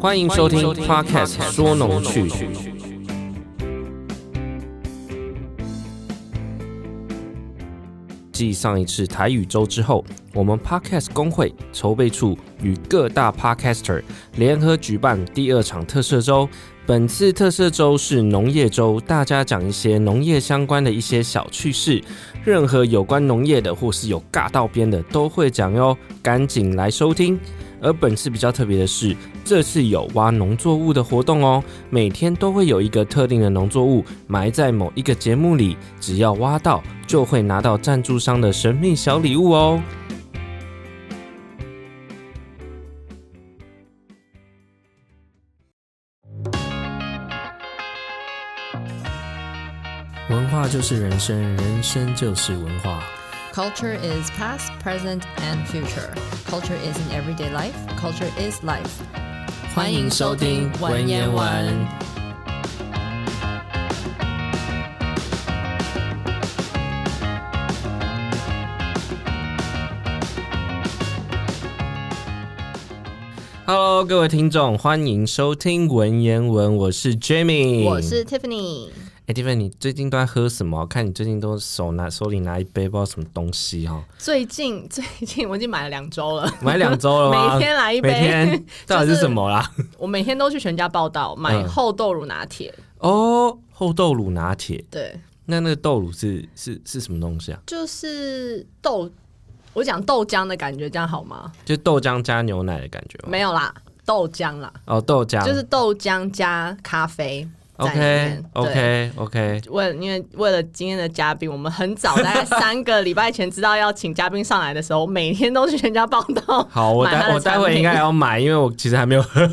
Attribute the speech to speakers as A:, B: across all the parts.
A: 欢迎收听 Podcast 说农趣。继上一次台语周之后，我们 Podcast 工会筹备处与各大 Podcaster 联合举办第二场特色周。本次特色周是农业周，大家讲一些农业相关的一些小趣事，任何有关农业的或是有尬到边的都会讲哟，赶紧来收听。而本次比较特别的是，这次有挖农作物的活动哦，每天都会有一个特定的农作物埋在某一个节目里，只要挖到就会拿到赞助商的神秘小礼物哦。文化就是人生，人生就是文化。
B: Culture is past, present, and future. Culture is in everyday life. Culture is life.
A: 欢迎收听文言文。Hello，各位听众，欢迎收听文言文，我是 Jamie，
B: 我是 Tiffany。
A: 哎、t i f f a n y 你最近都在喝什么？看你最近都手拿手里拿一杯不知道什么东西 哈、哦，
C: 最近最近我已经买了两周了，
A: 买两周了吗？
C: 每天来一杯
A: 啊每 天到底是什么啦？
C: 我每天都去全家报道买
A: 嗯
C: 厚豆乳拿铁，
A: 哦，厚豆乳拿铁，
C: 对，
A: 那那个豆乳是是是什么东西啊？
C: 就是豆，我讲豆浆的感觉，这样好吗？
A: 就豆浆加牛奶的感觉吗？
C: 没有啦，豆浆啦，
A: 哦，豆浆
C: 嗯就是豆浆加咖啡在里
A: OK
C: 面。对
A: OK OK，
C: 为因为为了今天的嘉宾，我们很早，大概三个礼拜前知道要请嘉宾上来的时候，每天都去全家报道。
A: 好，我
C: 买他
A: 待
C: 的
A: 我待
C: 产
A: 会
C: 品
A: 应该要买，因为我其实还没有喝。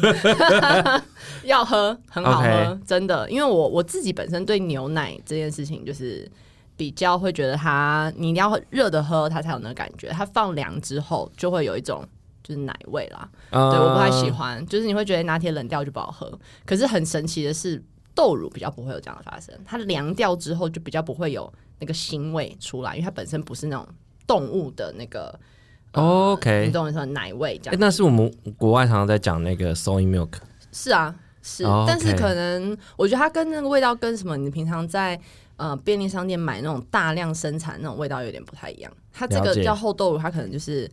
C: 要喝，很好喝
A: OK
C: 真的。因为我我自己本身对牛奶这件事情就是比较会觉得它，你一定要热的喝，它才有那个感觉。它放凉之后就会有一种。就是奶味啦，
A: 呃
C: 对，我不太喜。欢。就是你会觉得拿铁冷掉就不好喝，可是很神奇的是，豆乳比较不会有这样的发生。它凉掉之后就比较不会有那个腥味出来，因为它本身不是那种动物的那个，你
A: 哦 OK，、
C: 懂我意思吗？奶味这样
A: 诶。那是我们国外常常在讲那个 soy milk，
C: 是啊，是，
A: 哦
C: 但是
A: OK
C: 可能我觉得它跟那个味道跟什么你平常在呃便利商店买那种大量生产那种味道有点不太一样。它这
A: 了
C: 个
A: 解
C: 叫厚豆乳，它可能就是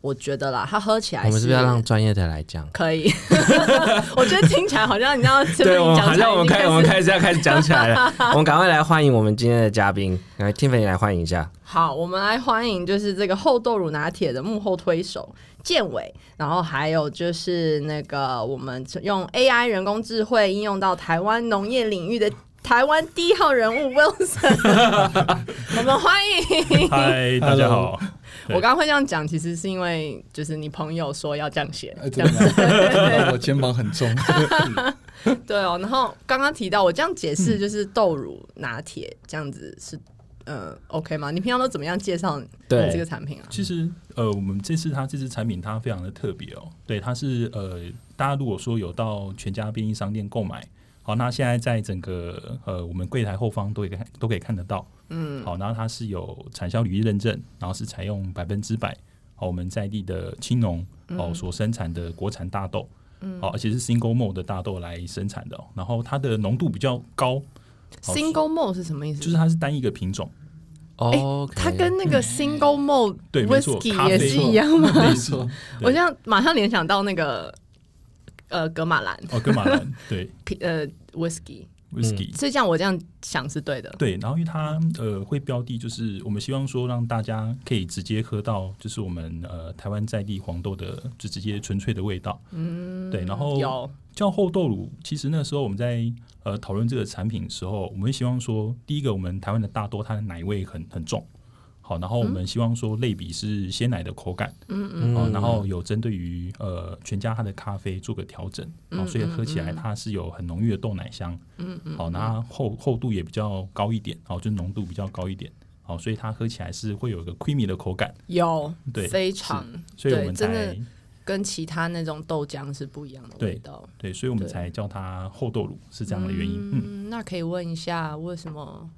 C: 我觉得啦，它喝起来
A: 我们是不是要让专业的来讲？
C: 可以？ 我觉得听起来好像你知道，
A: 对，我们好
C: 讲起来
A: 像我们
C: 已经
A: 开我们
C: 始
A: 开始要开始讲起来 了，我们赶快来欢迎我们今天的嘉宾，来 Tiffany 来欢迎一下。
C: 好，我们来欢迎就是这个厚豆乳拿铁的幕后推手建伟，然后还有就是那个我们用 AI 人工智慧应用到台湾农业领域的台湾第一号人物 Wilson，我 们欢迎。
D: 嗨，大家好。
C: 我刚刚会这样讲，其实是因为就是你朋友说要这样写，
E: 哎
C: 这
E: 真
C: 样
E: 的 吗，我肩膀很重。
C: 对哦。然后刚刚提到我这样解
D: 嗯
C: 释就是豆乳拿铁这样子是。嗯，OK 吗？你平常都怎么样介绍你
A: 对
C: 这个产品啊？
D: 其实呃，我们这次它这支产品它非常的特别哦，对，它是呃，大家如果说有到全家便利商店购买，好，那现在在整个呃我们柜台后方都可以看都可以看得到，嗯，好，然后它是有产销履历认证，然后是采用百分之百哦好我们在地的青农哦所生产的国产大豆，嗯，好，而且是 single mode 的大豆来生产的、哦，然后它的浓度比较高，好
C: Single mode 是什么意思？
D: 就是它是单一个品种。
C: 哎
A: 哦，
C: 它跟那个 Single Mode
D: 对没错
C: Whisky
D: 咖啡
C: 也是一样吗？
E: 没错，
D: 对
C: 我现在马上联想到那个呃格马兰
D: 哦，跟马兰对
C: 啤呃 Whisky，
D: whisky，、
C: 所以这样我这样想是对的。
D: 对，然后因为它呃会标的，就是我们希望说让大家可以直接喝到，就是我们呃台湾在地黄豆的就直接纯粹的味道。嗯，对，然后
C: 有
D: 叫厚豆乳，其实那时候我们在呃讨论这个产品的时候，我们希望说，第一个我们台湾的大豆它的奶味很很重。好，然后我们希望说类比是鲜奶的口感，嗯嗯，然后有针对于呃全家它的咖啡做个调整，哦，所以喝起来它是有很浓郁的豆奶香，嗯嗯，好，那它厚厚度也比较高一点，哦，就浓度比较高一点，好，所以它喝起来是会有一个 creamy 的口感，
C: 有，
D: 对
C: 非常
D: 所以我们
C: 对真的
D: 才
C: 跟其他那种豆浆是不一样的味道。
D: 对，所以我们
C: 对
D: 才叫它厚豆乳是这样的原因，嗯，
C: 嗯，那可以问一下为什么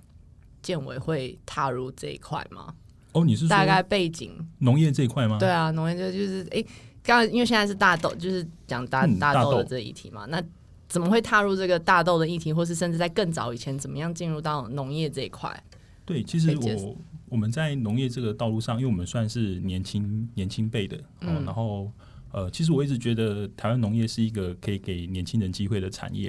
C: 建委会踏入这一块吗？
D: 哦，你是
C: 大概
D: 说
C: 背景？啊
D: 农业这一块吗？
C: 对啊，农业就就是哎。刚刚因为现在是大豆，就是讲大
D: 嗯
C: 大
D: 大
C: 豆的
D: 豆
C: 这一题嘛，那怎么会踏入这个大豆的议题，或是甚至在更早以前，怎么样进入到农业这一块？
D: 对，其实
C: 可以解
D: 我我们在农业这个道路上，因为我们算是年轻年轻辈的，哦、
C: 嗯
D: 然后呃，其实我一直觉得台湾农业是一个可以给年轻人机会的产业。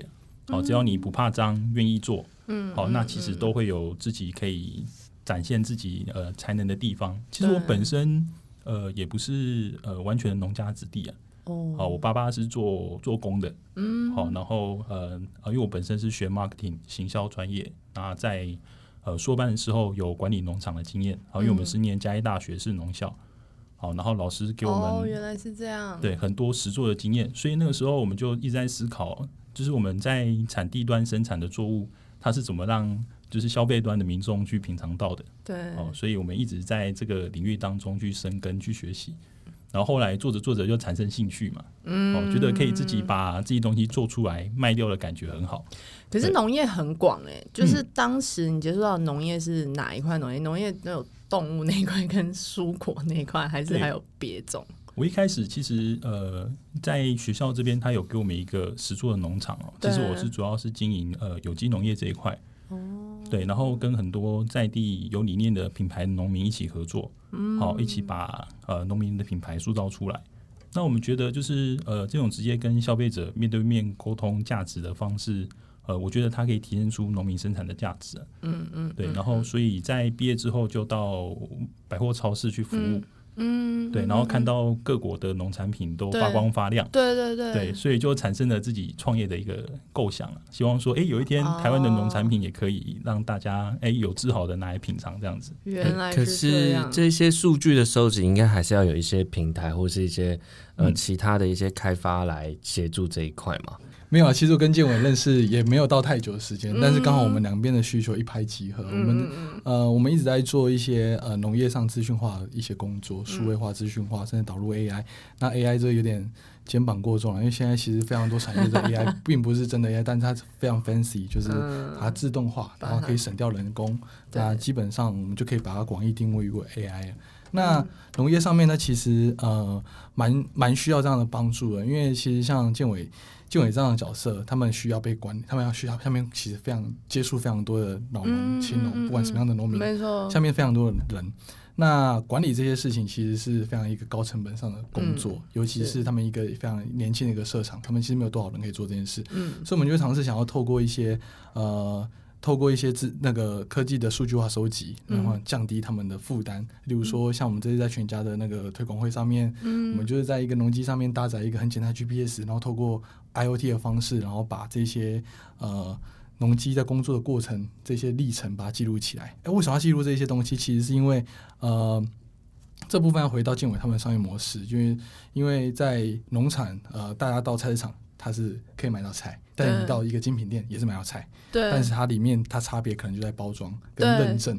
C: 嗯
D: 好、只要你不怕脏，愿意做，嗯，好、那其实都会有自己可以展现自己呃才能的地方。其实我
C: 对
D: 本身呃也不是呃完全的农家子弟啊，
C: 哦
D: 好、我爸爸是做做工的，嗯，好、然后呃，呃因为我本身是学 marketing 行销专业，那在呃硕班的时候有管理农场的经验，好、因为我们
C: 嗯
D: 是念嘉义大学是农校，好、然后老师给我们、
C: 哦，原来是这样，
D: 对很多实作的经验，所以那个时候我们就一直在思考，就是我们在产地端生产的作物，它是怎么让就是消费端的民众去品尝到的。
C: 对，
D: 哦，所以我们一直在这个领域当中去深耕、去学习。然后后来做着做着就产生兴趣嘛，嗯，哦，觉得可以自己把自己东西做出来卖掉的感觉很好。
C: 可是
D: 对嗯
C: 农业很广哎、就是当时你接触到农业是哪一块农业？农业都有动物那一块跟蔬果那一块，还是
D: 对
C: 还有别种？
D: 我一开始其实呃，在学校这边他有给我们一个实作的农场哦，其实
C: 对
D: 我是主要是经营呃有机农业这一块，哦，对，然后跟很多在地有理念的品牌农民一起合作，嗯，好、一起把呃农民的品牌塑造出来。那我们觉得就是呃这种直接跟消费者面对面沟通价值的方式，呃，我觉得它可以体现出农民生产的价值，啊
C: 嗯嗯，
D: 对，然后所以在毕业之后就到百货超市去服务，
C: 嗯，
D: 对，然后看到各国的农产品都
C: 对
D: 发光发亮，
C: 对对对
D: 对，所以就产生了自己创业的一个构想啊，希望说，哎，有一天台
C: 哦
D: 湾的农产品也可以让大家，哎，有自豪的拿来品尝这样子。
C: 原来
A: 哎可
C: 是这
A: 是
C: 样。
A: 这些数据的收集，应该还是要有一些平台或是一些呃、
D: 嗯
A: 其他的一些开发来协助这一块嘛。
E: 没有啊，其实我跟建伟认识也没有到太久的时间，但是刚好我们两边的需求一拍即合，我们呃我们一直在做一些呃农业上资讯化的一些工作，数位化、资讯化，甚至导入 AI。那 AI 这有点肩膀过重了，因为现在其实非常多产业的 AI 并不是真的 AI，但是它非常 fancy，就是它自动化，然后可以省掉人工。
C: 对
E: 那基本上我们就可以把它广义定位为 AI 了。那农业上面呢，其实呃蛮蛮需要这样的帮助的，因为其实像建伟建伟这样的角色，他们需要被管理，他们要需要下面其实非常接触非常多的老农、青农，不管什么样的农民，
C: 嗯没错，
E: 下面非常多的人。那管理这些事情其实是非常一个高成本上的工作，尤其是他们一个非常年轻的一个社场，他们其实没有多少人可以做这件事，
C: 嗯
E: 所以我们就尝试想要透过一些呃，透过一些资那个科技的数据化收集，然后降低他们的负担。例如说，像我们这次在全家的那个推广会上面，我们就是在一个农机上面搭载一个很简单的 GPS，然后透过 IOT 的方式，然后把这些呃。农机在工作的过程，这些历程把它记录起来。哎，为什么要记录这些东西？其实是因为，呃，这部分要回到建伟他们的商业模式，因为因为在农产，呃，大家到菜市场它是可以买到菜，但你
C: 对
E: 到一个精品店也是买到菜，
C: 对，
E: 但是它里面它差别可能就在包装跟
C: 对
E: 认证。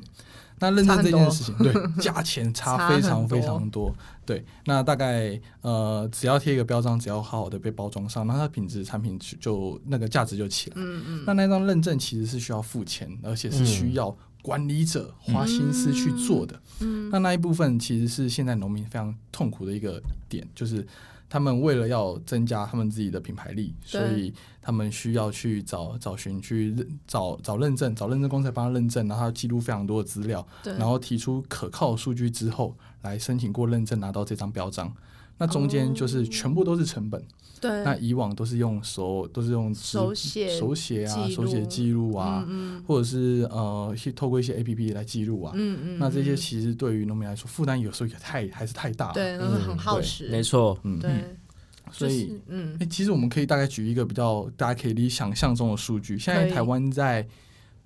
E: 那认
C: 差很
E: 证这
C: 多
E: 件事情，对 价钱
C: 差
E: 差非常
C: 很
E: 非
C: 多
E: 常多。对，那大概呃，只要贴一个标章，只要好好的被包装上，那它品质产品就就那个价值就起来。
C: 嗯嗯，
E: 那那张认证其实是需要付钱，而且是需要管理者花心思去做的。
C: 嗯
E: 那那一部分其实是现在农民非常痛苦的一个点，就是他们为了要增加他们自己的品牌力，
C: 对
E: 所以他们需要去找找寻去认找找认证，找认证公司来帮他认证，然后他记录非常多的资料，
C: 对，
E: 然后提出可靠数据之后，来申请过认证，拿到这张标章。那中间就是全部都是成本，
C: 哦对，
E: 那以往都是用手，都是用纸
C: 手写
E: 手写啊、
C: 记
E: 手写
C: 录
E: 记录啊，
C: 嗯
E: 或者是呃，去透过一些 A P P 来记录啊。
C: 嗯嗯，
E: 那这些其实对于农民来说，负担有时候也太还是太大了。
C: 对，然后嗯
E: 嗯
C: 很耗时，
A: 嗯没错，
C: 对，
E: 所以、
C: 就是嗯
E: 诶其实我们可以大概举一个比较大家可以理想象中的数据。现在
C: 可以
E: 台湾在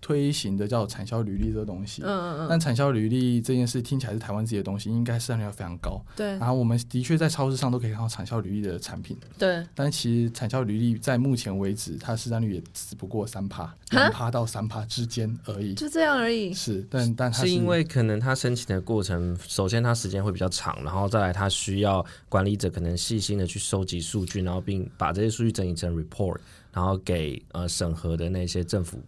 E: 推行的叫产销履历这个东西，
C: 嗯嗯嗯，
E: 但产销履历这件事听起来是台湾自己的东西，应该市占率要非常高。
C: 对
E: 然后我们的确在超市上都可以看到产销履历的产品，
C: 对，
E: 但其实产销履历在目前为止，它市占率也只不过三趴、两趴到三趴之间而已。
C: 就这样而已，
E: 是，但但它
A: 是因为可能他申请的过程，首先他时间会比较长，然后再来他需要管理者可能细心的去收集数据，然后并把这些数据整理成 report，然后给呃审核的那些政府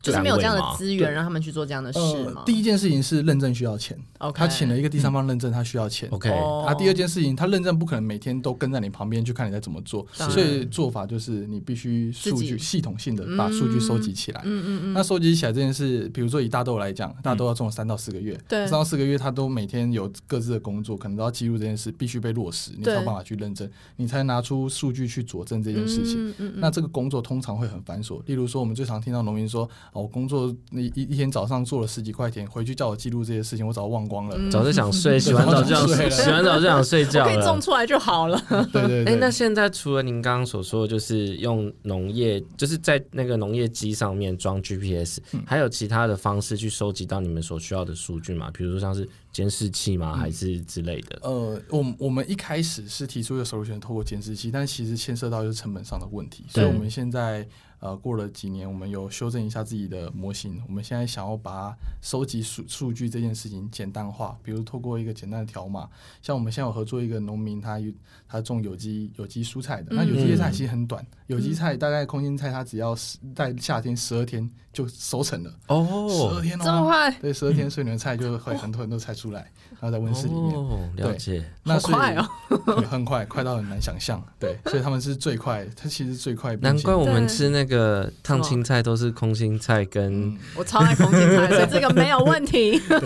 C: 就是没有这
A: 单
C: 样
A: 位
C: 的
A: 吗
C: 资源让他们去做这样的事
E: 呃
C: 吗，
E: 第一件事情是认证需要钱，
C: ？OK，
E: 他请了一个第三方认证，他需要钱。
A: OK，
C: 哦
E: 啊，第二件事情，他认证不可能每天都跟在你旁边去看你在怎么做，
C: 当
E: 所以做法就是你必须数
C: 自己
E: 据系统性的把数据收集起来。
C: 嗯嗯嗯，
E: 那收集起来这件事，比如说以大豆来讲，大豆要种三到四个月，
C: 对
E: 三到四个月他都每天有各自的工作，可能都要记录这件事，必须被落实，你才有
C: 对
E: 办法去认证，你才拿出数据去佐证这件事
C: 嗯
E: 情。
C: 嗯嗯
E: 那这个工作通常会很繁琐，例如说我们最常听到农民说：“哦，我工作一一一天早上做了十几块田，回去叫我记录这些事情，我早忘光
C: 嗯
E: 了。
A: 早就想睡，洗完澡就 想
E: 早就想睡了
A: 洗完澡就想睡
C: 我
A: 觉
C: 可以
A: 了
C: 种。出来就好了。
E: 对 对
A: 哎、
E: 对，
A: 那现在除了您刚刚所说的，就是用农业，就是在那个农业机上面装 GPS，、还有其他的方式去收集到你们所需要的数据嘛？比如说像是监视器嘛，还是之类的。
E: 呃，我们我们一开始是提出一个 solution，透过监视器，但其实牵涉到就是成本上的问题，所以
A: 对
E: 我们现在呃过了几年，我们有修正一下自己的模型，我们现在想要把收集数数据这件事情简单化，比如透过一个简单的条码，像我们现在有合作一个农民，他有他种有机有机蔬菜的，那有机叶菜其实很短，有机菜大概空心菜它只要十在夏天十二天就收成了，十二
A: 哦，
E: 天哦，
C: 这么快，
E: 对，十二天，所以你的菜就会很多很多菜出来，然后在温室里面。
A: 哦，了解。
E: 那
C: 好快哦
E: 所以很快，快到很难想 象。对，所以他们是最快，它其实最快。
A: 难怪我们
C: 对
A: 吃那个烫青菜都是空心菜跟
E: 嗯，
C: 我超爱空心菜，所以这个没有问 题。
E: 没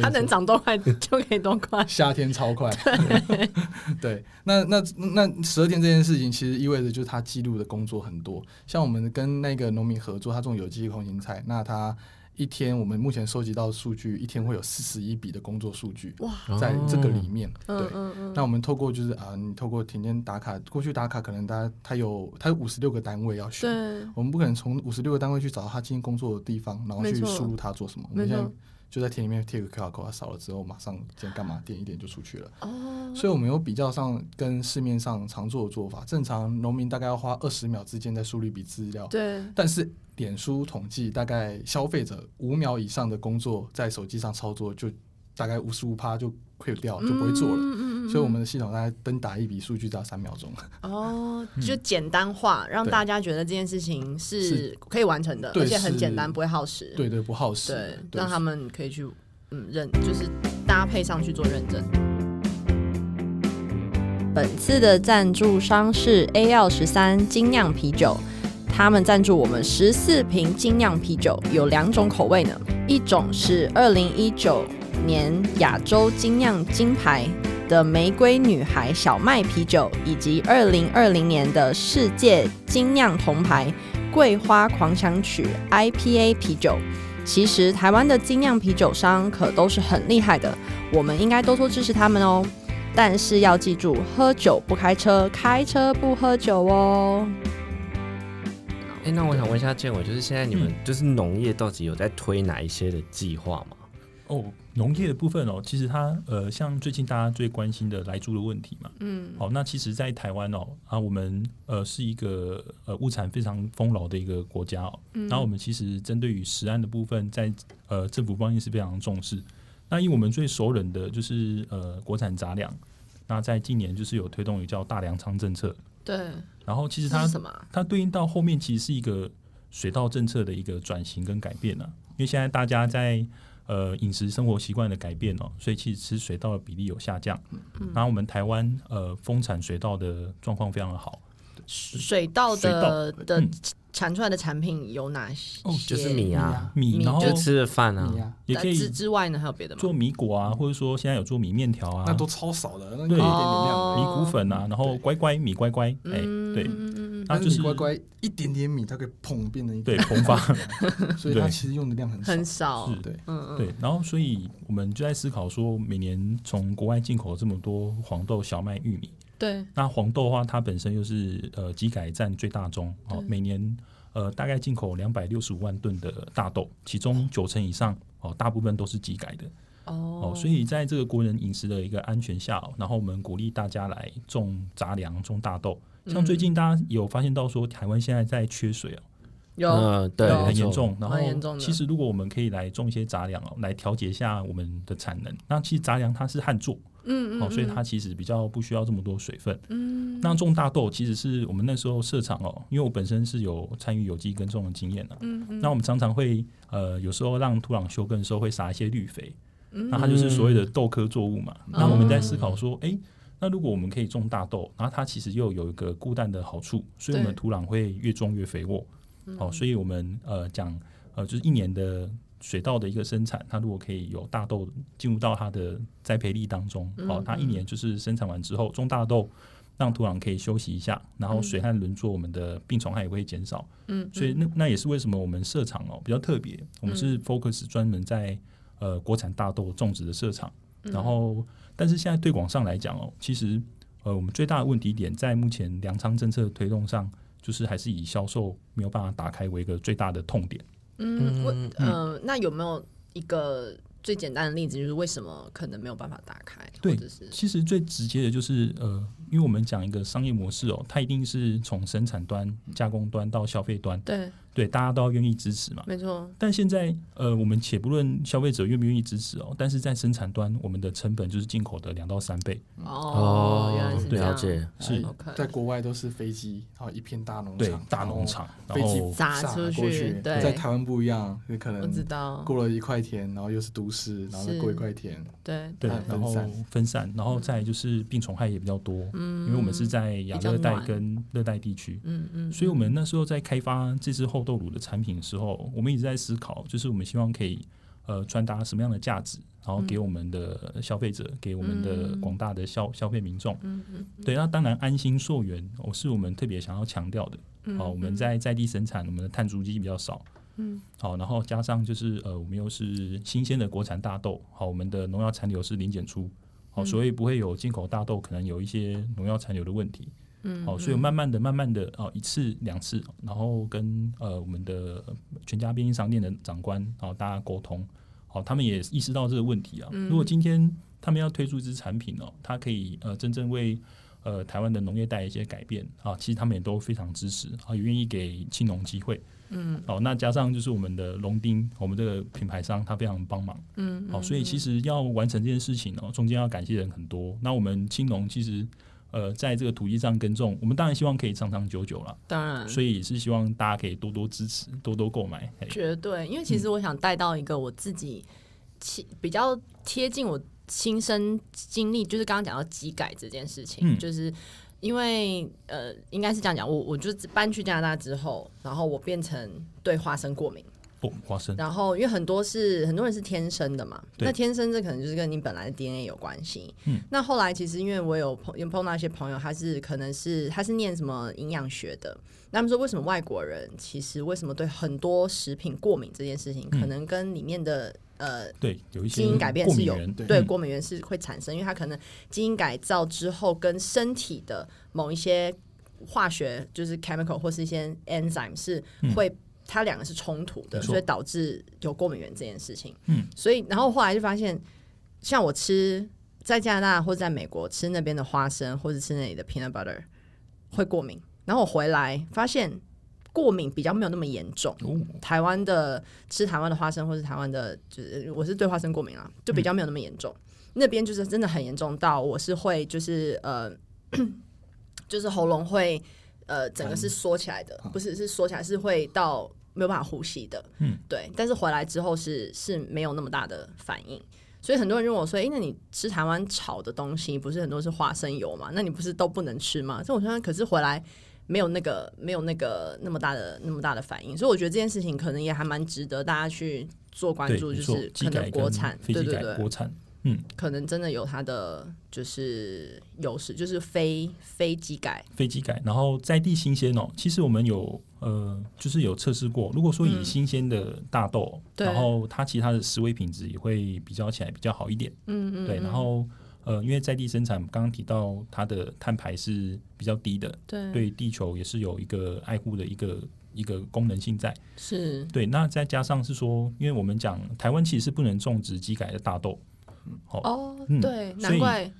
C: 它
E: 错
C: 能长多快就可以多快。
E: 夏天超快。 对，那那那十二天这件事情，其实意味着就是他记录的工作很多。像我们跟那个农民合作，他种有机空心菜，那他一天我们目前收集到数据，一天会有四十一笔的工作数据
C: 哇
E: 在这个里面。
A: 哦
E: 对
C: 嗯，嗯嗯，
E: 那我们透过就是啊，你透过田间打卡，过去打卡可能他他有他有五十六个单位要选，
C: 对，
E: 我们不可能从五十六个单位去找到他今天工作的地方，然后
C: 没
E: 去
C: 错
E: 输入他做什么。我
C: 没
E: 们
C: 错
E: 现在就在田里面贴个 QR code，他扫了之后，马上今天干嘛，点一点就出去了。
C: 哦，
E: 所以我们有比较上跟市面上常做的做法，正常农民大概要花二十秒之间在梳理一笔资料，
C: 对，
E: 但是脸书统计大概消费者五秒以上的工作在手机上操作，就大概五十五趴就 quit 掉，就不会做了。
C: 嗯嗯嗯
E: 所以我们的系统大概登打一笔数据只要三秒钟，
C: 哦，就简单化，让
E: 嗯对
C: 大家觉得这件事情是
E: 是
C: 可以完成的，
E: 对
C: 而且很
E: 是
C: 简单，不会耗时。
E: 对对，不耗时。
C: 对，
E: 对
C: 让他们可以去嗯认，就是搭配上去做认证。本次的赞助商是 A 药十三精酿啤酒，他们赞助我们十四瓶精酿啤酒，有两种口味呢，一种是二零一九年亚洲精酿金牌的玫瑰女孩小麦啤酒，以及二零二零年的世界精酿铜牌桂花狂想曲 IPA 啤酒。其实台湾的精酿啤酒商可都是很厉害的，我们应该多多支持他们哦。但是要记住，喝酒不开车，开车不喝酒哦。
A: 哎、那我想问一下建伟，就是现在你们就是农业到底有在推哪一些的计划吗？
D: 哦，农业的部分哦，其实它呃，像最近大家最关心的来猪的问题嘛，嗯，好、那其实，在台湾哦，啊，我们呃是一个呃物产非常丰饶的一个国家哦，嗯，然后我们其实针对于食安的部分，在呃政府方面是非常重视。那以我们最熟人的就是呃国产杂粮，那在近年就是有推动一个叫大粮仓政策，
C: 对，
D: 然后其实它
C: 么啊？
D: 它对应到后面其实是一个水稻政策的一个转型跟改变啊，因为现在大家在呃饮食生活习惯的改变哦，所以其实吃水稻的比例有下降。嗯，然后我们台湾呃丰产水稻的状况非常的好，
C: 水稻
D: 水
C: 的
D: 稻
C: 的
D: 嗯产
C: 产出来的产品有哪些？
D: 哦
A: 就是米啊，
D: 米，
C: 米
D: 然后
A: 就吃的饭啊
E: 你。呀
D: 也
C: 呃
D: 可以
C: 之之外呢，还有别的吗？
D: 做米果啊，或者说现在有做米面条啊，
E: 那都超少的，那个一
D: 对
E: 点点量而
D: 米
E: 已。
D: 谷粉啊，然后
E: 对
D: 乖乖米乖乖，哎、对，
C: 嗯
D: 那
E: 但
D: 就是是
E: 你乖乖一点点米，它可以砰变成一
D: 对
E: 个，
D: 膨 发。
E: 所以它
D: 对
E: 其实用的量很少。
C: 很少。
D: 是
E: 对，
D: 对，然后所以我们就在思考说，每年从国外进口这么多黄豆、小麦、玉米，
C: 对，
D: 那黄豆的话，它本身又是呃机改占最大宗，哦，每年呃大概进口两百六十五万吨的大豆，其中九成以上哦，大部分都是机改的
C: 哦
D: 哦，所以在这个国人饮食的一个安全下、哦，然后我们鼓励大家来种杂粮、种大豆。像最近大家有发现到说，台湾现在在缺水哦，
C: 有
A: 嗯对，
C: 有
A: 没
D: 很
A: 错
D: 严。重。然后
C: 蛮严重的
D: 其实如果我们可以来种一些杂粮哦，来调节一下我们的产能，那其实杂粮它是旱作，
B: 嗯嗯
D: 哦，所以它其实比较不需要这么多水分。嗯，那种大豆其实是我们那时候社场哦，因为我本身是有参与有机耕种的经验的、嗯那我们常常会呃，有时候让土壤休耕的时候会撒一些绿肥，那它就是所谓的豆科作物嘛。那我们在思考说，诶，那如果我们可以种大豆，然后它其实又有一个固氮的好处，所以我们
B: 对
D: 土壤会越种越肥沃。哦，所以我们呃讲呃就是一年的水稻的一个生产，它如果可以有大豆进入到它的栽培力当中，哦，它一年就是生产完之后种大豆，让土壤可以休息一下，然后水和轮作，我们的病虫害也会减少。嗯，嗯所以那那也是为什么我们社场哦比较特别，我们是 focus 专门在呃国产大豆种植的社场，然后但是现在推广上来讲哦，其实呃我们最大的问题点在目前粮仓政策的推动上。就是还是以销售没有办法打开为一个最大的痛点。
B: 嗯，我呃，那有没有一个最简单的例子，就是为什么可能没有办法打开，或
D: 对
B: 者是
D: 其实最直接的就是呃，因为我们讲一个商业模式哦，它一定是从生产端、加工端到消费端，
B: 对，
D: 对大家都要愿意支持嘛。
B: 没错，
D: 但现在呃，我们且不论消费者愿不愿意支持哦，但是在生产端，我们的成本就是进口的两到三倍。
B: 哦，原来是这
D: 对
B: 样，
A: 了解，
D: 是
B: ，OK，
E: 哎在国外都是飞机，然后一片大农
D: 对哦
E: 场，
D: 大农
E: 然后
D: 场，然
E: 飞机
D: 后
B: 砸
E: 撒
B: 出
E: 过去
B: 去，对
E: 在台湾不一样，你可
B: 我知
E: 能
B: 道，
D: 嗯
E: 过了一块田，然后又是都市，然后再过一块田，
B: 对
D: 对
E: 它，
D: 然后
E: 分散
D: 分散，然后再来就是病虫害也比较多，嗯，因为我们是在亚
B: 比较
D: 热带
B: 暖
D: 跟热带地区，
B: 嗯嗯，
D: 所以我们那时候在开发这支厚豆乳的产品的时候，我们一直在思考，就是我们希望可以呃传达什么样的价值，然后给我们的消费者，给我们的广大的消消费民众。嗯嗯。对，那当然安心溯源，我、是我们特别想要强调的。好、我们在在地生产，我们的碳足迹比较少。嗯，好，然后加上就是呃，我们又是新鲜的国产大豆，好，我们的农药残留是零检出，好，哦所以不会有进口大豆可能有一些农药残留的问题。哦，所以慢慢的、慢慢的，哦，一次、两次，然后跟呃我们的全家便利商店的长官，哦，大家沟通，哦，他们也意识到这个问题啊。如果今天他们要推出一支产品哦，它可以呃真正为呃台湾的农业带来一些改变啊，其实他们也都非常支持啊，也愿意给青农机会。嗯，哦，那加上就是我们的龙丁，我们这个品牌商他非常帮忙，嗯，哦，所以其实要完成这件事情哦，中间要感谢人很多。那我们青农其实呃，在这个土地上耕种，我们当然希望可以长长久久了，
B: 当然，
D: 所以也是希望大家可以多多支持，多多购买。哎嘿
B: 绝对，因
D: 嗯
B: 为其实我想带到一个我自己亲比较贴近我亲身经历，就是刚刚讲到机改这件事情，
D: 嗯
B: 就是因为呃，应该是这样讲，我我就搬去加拿大之后，然后我变成对花生过敏，
D: 哦，花生，
B: 然后因为很多是很多人是天生的嘛，
D: 对
B: 那天生这可能就是跟你本来的 DNA 有关系。
D: 嗯，
B: 那后来其实因为我有碰有碰到一些朋友，他是可能是他是念什么营养学的，那他们说为什么外国人其实为什么对很多食品过敏这件事情，
D: 嗯
B: 可能跟里面的呃
D: 对，有一些
B: 基因改变
D: 过
B: 是
D: 敏
B: 有
D: 源，
B: 对
D: 嗯
B: 过敏源是会产生，因为它可能基因改造之后跟身体的某一些化学就是 chemical 或是一些 enzyme 是会、它两个是冲突
D: 嗯
B: 的，
D: 没错
B: 所以导致有过敏源这件事情。
D: 嗯，
B: 所以然后后来就发现，像我吃在加拿大或者在美国吃那边的花生或者吃那里的 peanut butter 会过敏，然后我回来发现过敏比较没有那么严重。
D: 哦，
B: 台湾的吃台湾的花生，或是台湾的，就是我是对花生过敏啦，就比较没有那么严重。那边就是真的很严重到我是会就是呃， 就是喉咙会呃整个是缩起来的，不是是缩起来，是会到没有办法呼吸的。
D: 嗯，
B: 对。但是回来之后是是没有那么大的反应。所以很多人就问我说：“哎、那你吃台湾炒的东西，不是很多是花生油嘛？那你不是都不能吃吗？”这我说，可是回来没有那个没有那个那么大的那么大的反应，所以我觉得这件事情可能也还蛮值得大家去做关
D: 对，
B: 注，
D: 没
B: 就
D: 错
B: 是
D: 机
B: 可能
D: 改
B: 国
D: 跟
B: 产，
D: 非
B: 对
D: 机
B: 对
D: 改
B: 对
D: 国，产，嗯，
B: 可能真的有它的就是优势，就是非非机改，
D: 飞机改，然后在地新鲜哦。其实我们有呃，就是有测试过，如果说以新鲜的大豆，
B: 对
D: 然后它其他的食味品质也会比较起来比较好一点。嗯嗯对，然后呃，因为在地生产，刚刚提到它的碳排是比较低的，
B: 对
D: 对地球也是有一个爱护的一个一个功能性在。
B: 是
D: 对，那再加上是说，因为我们讲台湾其实是不能种植机改的大豆。哦，
B: 哦，
D: 嗯
B: 对，
D: 所
B: 难
D: 以
B: 怪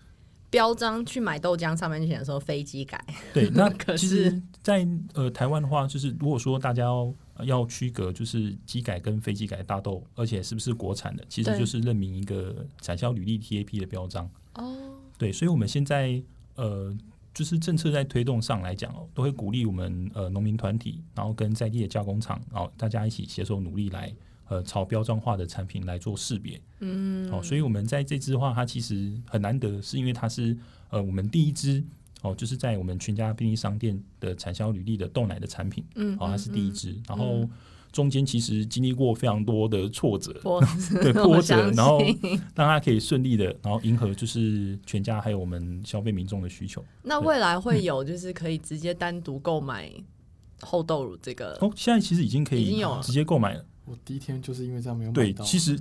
B: 标章去买豆浆上面就写说非机改，
D: 对，那
B: 可
D: 其
B: 是
D: 实在，呃台湾的话，就是如果说大家要呃要区隔，就是机改跟非机改大豆，而且是不是国产的，其实
B: 对
D: 就是认明一个产销履历 TAP 的标章。
C: 哦，
D: 对，所以我们现在呃，就是政策在推动上来讲哦，都会鼓励我们呃农民团体，然后跟在地的加工厂，然后大家一起携手努力来呃朝标章化的产品来做识别。嗯，哦，所以我们在这支话它其实很难得，是因为它是呃我们第一支。哦，就是在我们全家便利商店的产销履历的豆奶的产品，
C: 嗯
D: 哦，它是第一支，然后中间其实经历过非常多的挫折，
C: 我
D: 对波
C: 我
D: 折，
C: 相
D: 然后
C: 信。
D: 让它可以顺利的，然后迎合就是全家还有我们消费民众的需求。
C: 那未来会有就是可以直接单独购买厚豆乳这个，
D: 哦，现在其实已经可
C: 已经
D: 以
C: 有了
D: 直接购买了。
E: 我第一天就是因为这样没有买
D: 对，
E: 到，
D: 其实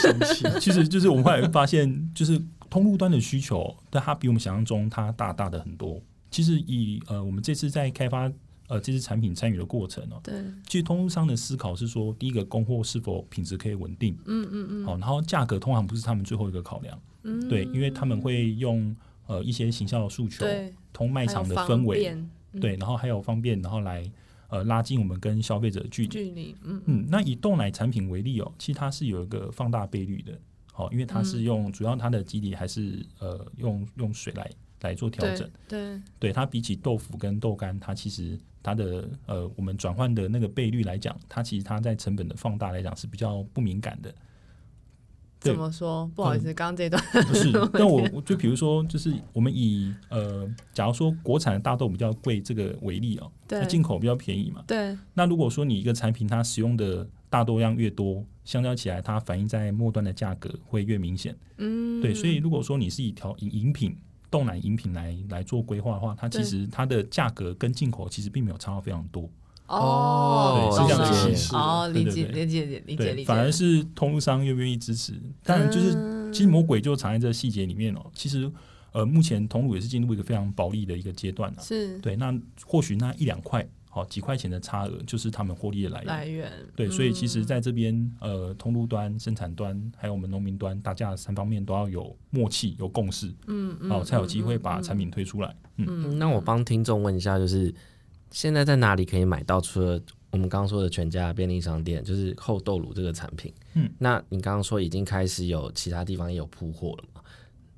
E: 生气。
D: 其实就是我们后来发现，就是通路端的需求，但它比我们想象中它大大的很多。其实以呃我们这次在开发呃这次产品参与的过程哦，
C: 对，
D: 其实通路商的思考是说，第一个供货是否品质可以稳定，哦
C: 嗯嗯嗯，
D: 好、然后价格通常不是他们最后一个考量，
C: 嗯
D: 对，因为他们会用呃一些行销的诉求，
C: 对，
D: 通卖场的
C: 还有
D: 氛
C: 方
D: 围，
C: 便嗯
D: 对，然后还有方便，然后来呃拉近我们跟消费者的距离。
C: 距离，嗯
D: 嗯，那以豆奶产品为例哦，其实它是有一个放大倍率的，好、因为它是用、主要它的基底还是呃用用水来来做调整，
C: 对，
D: 对它比起豆腐跟豆干，它其实它的呃我们转换的那个倍率来讲，它其实它在成本的放大来讲是比较不敏感的。对
C: 怎么说？不好意思，刚刚这段
D: 不是，但我我就比如说，就是我们以呃，假如说国产的大豆比较贵这个为例哦，
C: 对
D: 那进口比较便宜嘛。
C: 对
D: 那如果说你一个产品它使用的大豆量越多，相较起来它反映在末端的价格会越明显。嗯，对，所以如果说你是以调以饮品豆奶饮品来来做规划的话，它其
C: 对
D: 实它的价格跟进口其实并没有差到非常多。
A: 哦
D: 对是这
C: 懂
D: 样
C: 了
D: 子
E: 解释的
C: 哦，理解
D: 对
C: 理解理解理解
D: 对，
C: 理解，嗯
D: 反而是通路商愿不愿意支持。当然，就是、其实魔鬼就藏在这细节里面哦。其实，呃，目前通路也是进入一个非常薄利的一个阶段啊。
C: 是
D: 对，那或许那一两块，好、几块钱的差额，就是他们获利的来源。
C: 来嗯源，
D: 对，所以其实在这边，呃，通路端、生产端，还有我们农民端，大家三方面都要有默契、有共识，
C: 嗯嗯，
D: 哦、才有机会把产品推出来。
A: 嗯那我帮听众问一下，就是现在在哪里可以买到？除了我们刚刚说的全家便利商店，就是厚豆乳这个产品。
D: 嗯，
A: 那你刚刚说已经开始有其他地方也有铺货了嘛？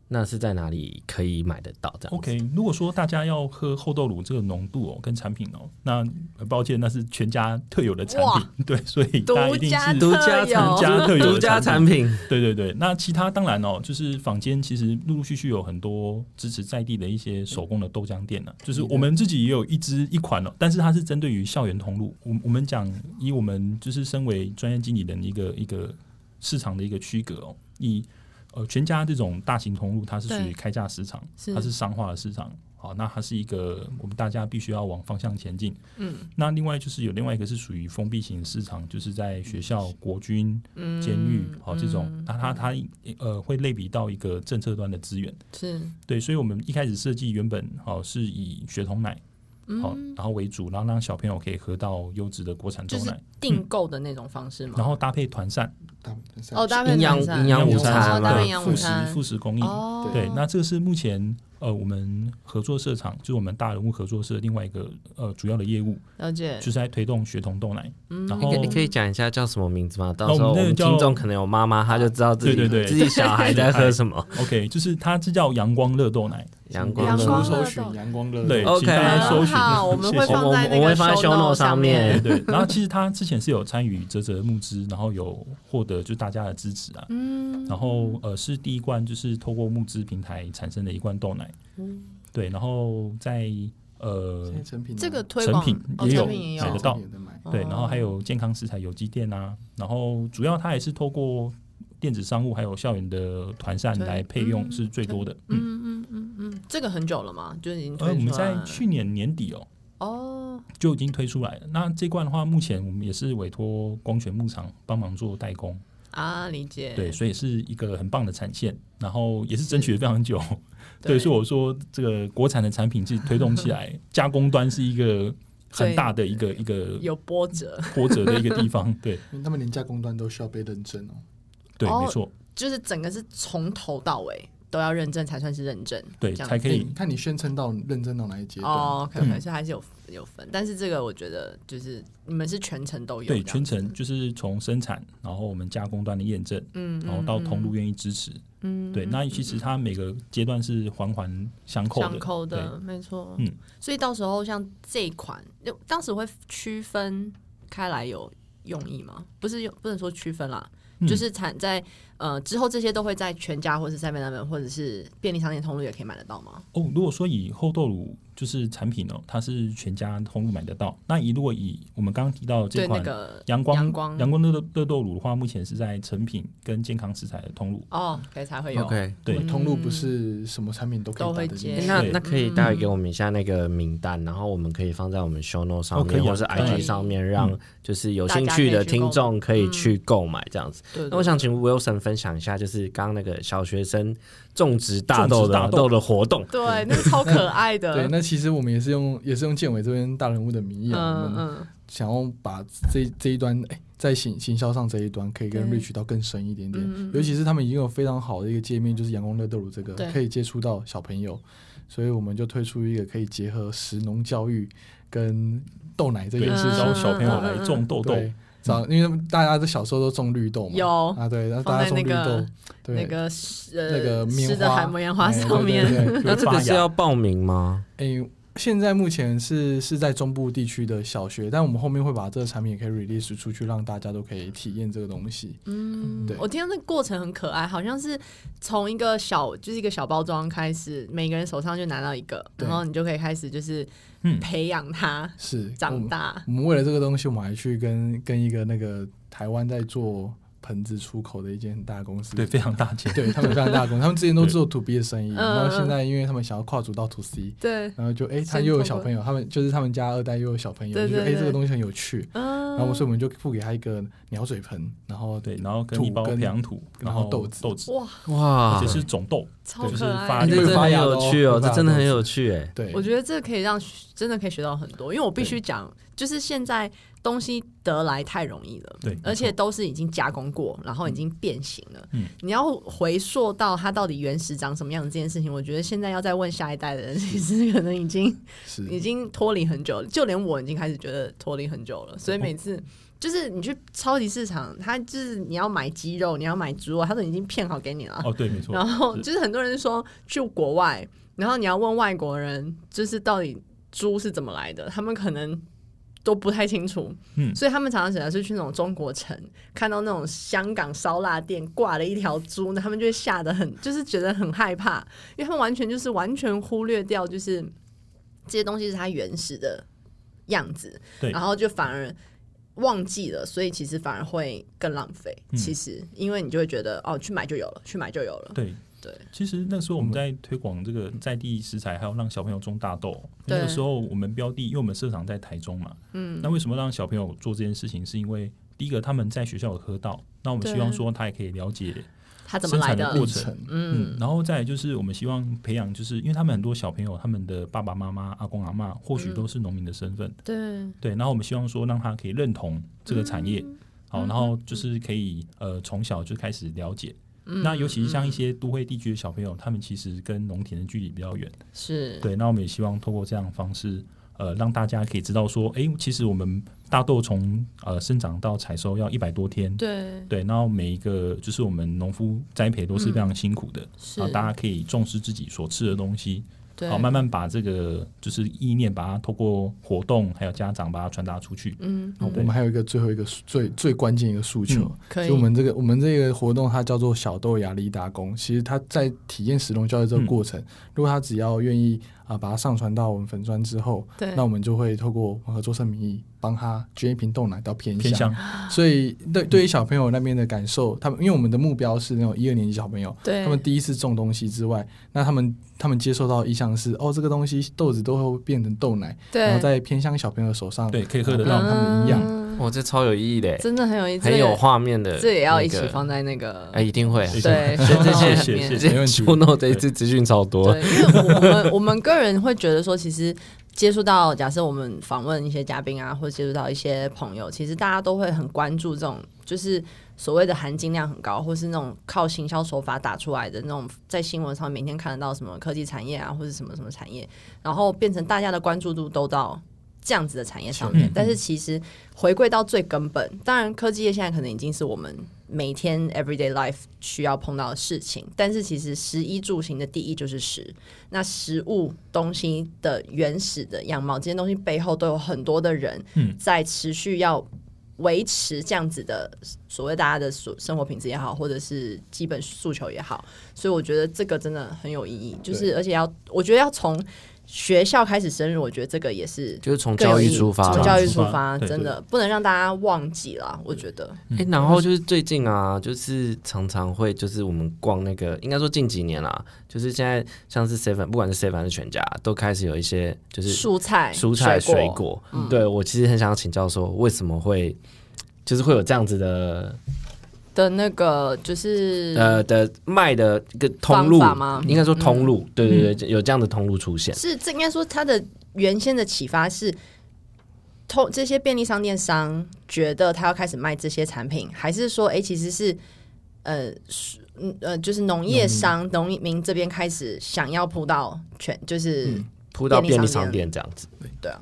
A: 那是在哪里可以买得到？这样子
D: OK，如果说大家要喝厚豆乳这个浓度哦，跟产品哦，那很抱歉，那是全家特有的产品，对，所以大家一定是
A: 独家
C: 特有
A: 独家
D: 特有的
A: 独家
D: 哦产
A: 产品，
D: 对对对。那其他当然哦，就是坊间其实陆陆续续有很多支持在地的一些手工的豆浆店呢、啊就是我们自己也有一支一款哦，但是它是针对于校园通路。我我们讲以我们就是身为专业经理人的一个一个市场的一个区隔哦，以呃全家这种大型通路，它是属
C: 对
D: 于开价市场，
C: 是
D: 它是商化的市场。好，那它是一个我们大家必须要往方向前进。
C: 嗯，
D: 那另外就是有另外一个是属于封闭型市场，就是在学校、
C: 嗯
D: 国军、监狱，好、这种，那它它呃会类比到一个政策端的资源。
C: 是
D: 对，所以我们一开始设计原本好、是以血统奶
C: 嗯
D: 好、然后为主，然后让小朋友可以喝到优质的国产豆
C: 就是
D: 奶，
C: 订购的那种方式吗？
D: 嗯然后搭配团膳。
E: 大三
C: 哦，搭配
A: 营养
C: 晚餐
A: 营养
D: 午
A: 午
C: 哦
A: 餐
C: 搭
A: 啦
C: 配营
D: 对，
C: 养
D: 副
C: 午
D: 食
C: 餐
D: 副食供应。
E: 嗯
C: 哦，
D: 对，那这个是目前呃我们合作社场，就是我们大人物合作社另外一个呃主要的业务，
A: 嗯
C: 了解
D: 就是在推动血统豆奶。然
A: 你
D: 后
A: 可你可以讲一下叫什么名字吗？到
D: 那
A: 时候
D: 哦我
A: 我
D: 们那个
A: 们
D: 叫
A: 听众可能有妈妈，她就知道自己
D: 对对对
A: 自己小孩在喝什 么。
D: OK，就是它这叫阳光热豆奶，
A: 阳光
E: 阳
A: 乐
E: 光
A: 乐
E: 搜
C: 乐
E: 寻
C: 豆
E: 阳光乐
D: 对，
A: OK
D: 请大家搜
C: 很
D: 寻。
C: 好，我们会
D: 谢谢
A: 我
C: 放在那
A: 我我
C: 个
A: 会放在
C: show
A: show note
C: 上
A: 上
D: 对
A: 面
D: 对，然后其实他之前是有参与泽泽募资，然后有获得就大家的支持啊，嗯，然后呃是第一罐就是透过募资平台产生的一罐豆奶，对，然后在呃
E: 现在成品
C: 这个推
D: 成
C: 广
D: 品
C: 哦
D: 也有
C: 成品也
D: 买
C: 有
D: 得，到
E: 也，在买
D: 对，然后还有健康食材有机店啊，然后主要它也是透过电子商务还有校园的团膳
C: 对
D: 来配用是最多的，嗯，呃
C: 这个很久了嘛，就是已经
D: 而我
C: 推
D: 们
C: 出来
D: 在
C: 了
D: 去年年底哦，
C: 哦，
D: 就已经推出来了。那这罐的话，目前我们也是委托光泉牧场帮忙做代工，
C: 啊，理解，
D: 对，所以是一个很棒的产线，然后也是争取了非常 久。对，所以我说这个国产的产品是推动起 来，加工端是一个很大的一个一个
C: 有波折，
D: 波折的一个地方。对，
E: 因为他们连加工端都需要被认证哦。
D: 对，
C: 哦
D: 没错，
C: 就是整个是从头到尾都要认证才算是认证，
D: 对，
C: 这样
D: 才可以
E: 看看你宣称到认真到哪一阶段。
C: 哦，可
D: 嗯
C: 能是还是有有分，但是这个我觉得就是你们是全程都有，
D: 对全程就是从生产，然后我们加工端的验证，
C: 嗯，
D: 然后到通路愿意支持，嗯，对，那其实它每个阶段是环环相扣的，
B: 相扣
D: 对
B: 的，没错。
D: 嗯，
B: 所以到时候像这一款，就当时会区分开来有用意吗？不是用，不能说区分啦，
D: 嗯
B: 就是产在呃之后这些都会在全家或是 Seven Eleven 或者是便利商店通路也可以买得到吗？
D: 哦，如果说以厚豆乳就是产品哦，它是全家通路买得到。那以如果以我们刚刚提到的这
B: 对，那
D: 款
B: 个
D: 阳光
B: 阳光
D: 阳光热豆热豆乳的话，目前是在成品跟健康食材的通路。
B: 哦，可以才会有。
A: OK，
D: 对
E: 通路不是什么产品都可以
B: 都
E: 打
B: 会
E: 得进
B: 接
E: 去。
A: 哎那
D: 对
A: 那可
B: 嗯
A: 以待会给我们一下那个名单，然后我们可以放在我们 show note 上
D: 哦可以
A: 面，
D: 啊
A: 或是
D: 当
B: 然
A: IG 上面，让就是有
B: 大家
A: 兴趣的
B: 可以
A: 听
B: 去购买嗯
A: 众可以去购买这样子。
B: 对，
A: 那我想请 Wilson 分享一下，就是刚刚那个小学生种植大豆
D: 种植大
A: 的
D: 豆
A: 豆的活动，
C: 对，那个超可爱
E: 对，
C: 的，
E: 那其实我们也是用也是用建伟这边大人物的名义啊，我
C: 嗯
E: 们
C: 嗯，
E: 想要把这这一端哎、在行行销上这一端可以跟
C: 对嗯
E: reach 到更深一点点，尤其是他们已经有非常好的一个界面，就是阳光乐豆乳这个
B: 对
E: 可以接触到小朋友，所以我们就推出一个可以结合食农教育跟豆奶这
D: 对，
E: 件
D: 是
E: 事
C: 嗯
E: 情
D: 找，小朋友来种豆豆。
E: 对，找因为大家都小时候都种绿豆嘛，
C: 有
E: 啊，对，然后大家
C: 放
E: 种
C: 在
E: 绿
C: 那个
E: 豆，对，
C: 那个湿
E: 那个
C: 呃
E: 棉
C: 湿的
E: 花
C: 海绵花
E: 哎对
C: 上面，
E: 对哎对
A: 那这个
D: 发
A: 是
D: 芽
A: 要报名吗？
E: 诶、现在目前是是在中部地区的小学，但我们后面会把这个产品也可以 release 出去，让大家都可以体验这个东西。
B: 嗯
E: 对
B: 我听到那个过程很可爱，好像是从一个小就是一个小包装开始，每个人手上就拿到一个，
E: 对
B: 然后你就可以开始就是
D: 嗯
B: 培养它
E: 是我
B: 长
E: 们
B: 大。
E: 我们为了这个东西，我们还去跟跟一个那个台湾在做盆子出口的一间很大的公司，
D: 对，非常大件。
E: 对他们非常大的公司，他们之前都做 to B 的生意，
B: 嗯
E: 然后现在因为他们想要跨足到 to C。
B: 对，
E: 然后就哎，他
B: 先
E: 又有
B: 透
E: 小
B: 过
E: 朋友，他们就是他们家二代又有小朋友，
B: 对
E: 就觉得
B: 对
E: 哎这个
B: 对
E: 东西很有趣，
B: 嗯
E: 然后所以我们就付给他一个鸟嘴盆，然后
D: 对，然后跟
E: 土
D: 一包
E: 跟
D: 培养土，
E: 然
D: 然
E: 后
D: 后
E: 豆子
D: 豆子，
B: 哇，
A: 哇
D: 而且，是种豆，
B: 超
D: 就是
B: 可爱
D: 发
A: 哎
D: 育！
A: 这真的
E: 发
A: 很
E: 芽的
A: 有
E: 哦
A: 趣哦，
E: 会
A: 这
E: 发芽
A: 真的
E: 的
A: 很
E: 东
A: 有趣哎。
E: 对，
B: 我觉得这个可以让真的可以学到很多，因为我必须讲，就是现在东西得来太容易了，
D: 对，
B: 而且都是已经加工过，然后已经变形了。
D: 嗯
B: 你要回溯到它到底原始长什么样子这件事情，我觉得现在要再问下一代的人，其实可能已经
E: 是
B: 已经脱离很久了，就连我已经开始觉得脱离很久了。所以每次就是你去超级市场，它就是你要买鸡肉，你要买猪肉，它都已经片好给你了。
D: 哦，对，没错，
B: 然后
D: 是
B: 就是很多人说去国外，然后你要问外国人，就是到底猪是怎么来的，他们可能。都不太清楚，
D: 嗯
B: 所以他们常常只能是去那种中国城，看到那种香港烧腊店挂了一条猪，那他们就会吓得很，就是觉得很害怕，因为他们完全就是完全忽略掉，就是这些东西是它原始的样子，
D: 对
B: 然后就反而忘记了，所以其实反而会更浪费。
D: 嗯
B: 其实，因为你就会觉得哦，去买就有了，去买就有了。
D: 对
B: 对。嗯
D: 其实那时候我们在推广这个在地食材，还有让小朋友种大豆。
B: 对
D: 那个时候我们标的，因为我们社长在台中嘛，嗯，那为什么让小朋友做这件事情？是因为第一个他们在学校有喝到，那我们
B: 对
D: 希望说他也可以了解，
B: 它怎么来
D: 生产的
E: 过
D: 过
B: 的？
E: 程
D: 程，嗯，然后再来就是我们希望培养，就是因为他们很多小朋友，他们的爸爸妈妈、阿公阿嬷或
B: 嗯
D: 许都是农民的身份，
B: 对，
D: 对，然后我们希望说让他可以认同这个产业，
B: 嗯
D: 好，然后就是可以呃从小就开始了解。
B: 嗯
D: 那尤其是像一些都会地区的小朋友，他们其实跟农田的距离比较远，
B: 是，
D: 对。那我们也希望透过这样的方式，呃，让大家可以知道说，诶，其实我们大豆从呃生长到采收要一百多天，
B: 对，
D: 对。然后每一个就是我们农夫栽培都是非常辛苦的，
B: 嗯是
D: 好，大家可以重视自己所吃的东西，
B: 对，
D: 好，慢慢把这个就是意念，把它透过活动还有家长把它传达出去，
B: 嗯，
E: 好
D: 对
E: 我们还有一个最后一个诉最最关键一个诉求，
D: 嗯
B: 可以
E: 就我，们这个我们这个活动它叫做小豆芽力打工。其实它在体验石龙教育这个过程，如果他只要愿意啊、把它上传到我们粉砖之后，
B: 对
E: 那我们就会透过合作社名义帮他捐一瓶豆奶到偏
D: 偏向
E: 所以对对于小朋友那边的感受，他们因为我们的目标是那种一二年级小朋友，
B: 对
E: 他们第一次种东西之外，那他们他们接受到的意向是哦这个东西豆子都会变成豆奶，
B: 对，
E: 然后在偏乡小朋友手上呃
D: 对，可以喝得
E: 让
D: 到。
E: 他们一样
B: 嗯
A: 哇，这超有意义的，欸
B: 真的很有意思，
A: 很有画面的，
B: 这也要一起放，在那个
A: 哎，一定会啊。
B: 对，
A: 谢
B: 收到
A: 谢
B: 里
D: 谢
B: 面
D: 谢
A: 这
E: 没问题
A: show note 这一次资讯超多，
B: 对，因为我们 我们个人会觉得说，其实接触到假设我们访问一些嘉宾啊，或者接触到一些朋友，其实大家都会很关注这种，就是
C: 所谓的含金量很高，或是那种靠行销手法打出来的那种，在新闻上每天看得到什么科技产业啊，或者什么什么产业，然后变成大家的关注度都到这样子的产业上面
D: 嗯。
C: 但是其实回归到最根本，当然科技业现在可能已经是我们每天 everyday life 需要碰到的事情，但是其实食衣住行的第一就是食，那食物东西的原始的样貌，这些东西背后都有很多的人
D: 嗯
C: 在持续要。维持这样子的所谓大家的所生活品质也好，或者是基本诉求也好，所以我觉得这个真的很有意义。就是而且要，我觉得要从学校开始深入，我觉得这个也是
A: 就是从
C: 更有
A: 教育
C: 意义
A: 出发
C: 从
A: 啦。
C: 教育
D: 出
C: 出
D: 发
C: 发，
D: 对
C: 真的不能让大家忘记啦。我觉得，
A: 哎、然后就是最近啊，就是常常会就是我们逛那个，应该说近几年啦、就是现在像是 seven，不管是 seven 还是全家，都开始有一些就是
C: 蔬菜、
A: 蔬菜
C: 水
A: 水果。对我其实很想请教说，为什么会就是会有这样子的
C: 的那个，就是
A: 呃的卖的一个通路
C: 嗯方法吗嗯
A: 应该说通路，对对对，有这样的通路出现。
C: 是这应该说它的原先的启发是，通这些便利商店商觉得他要开始卖这些产品，还是说，哎、其实是呃，是嗯呃，就是农业商、农民这边开始想要铺到全，就是、
A: 铺到便
C: 便
A: 利
C: 利
A: 商
C: 商
A: 店这样子，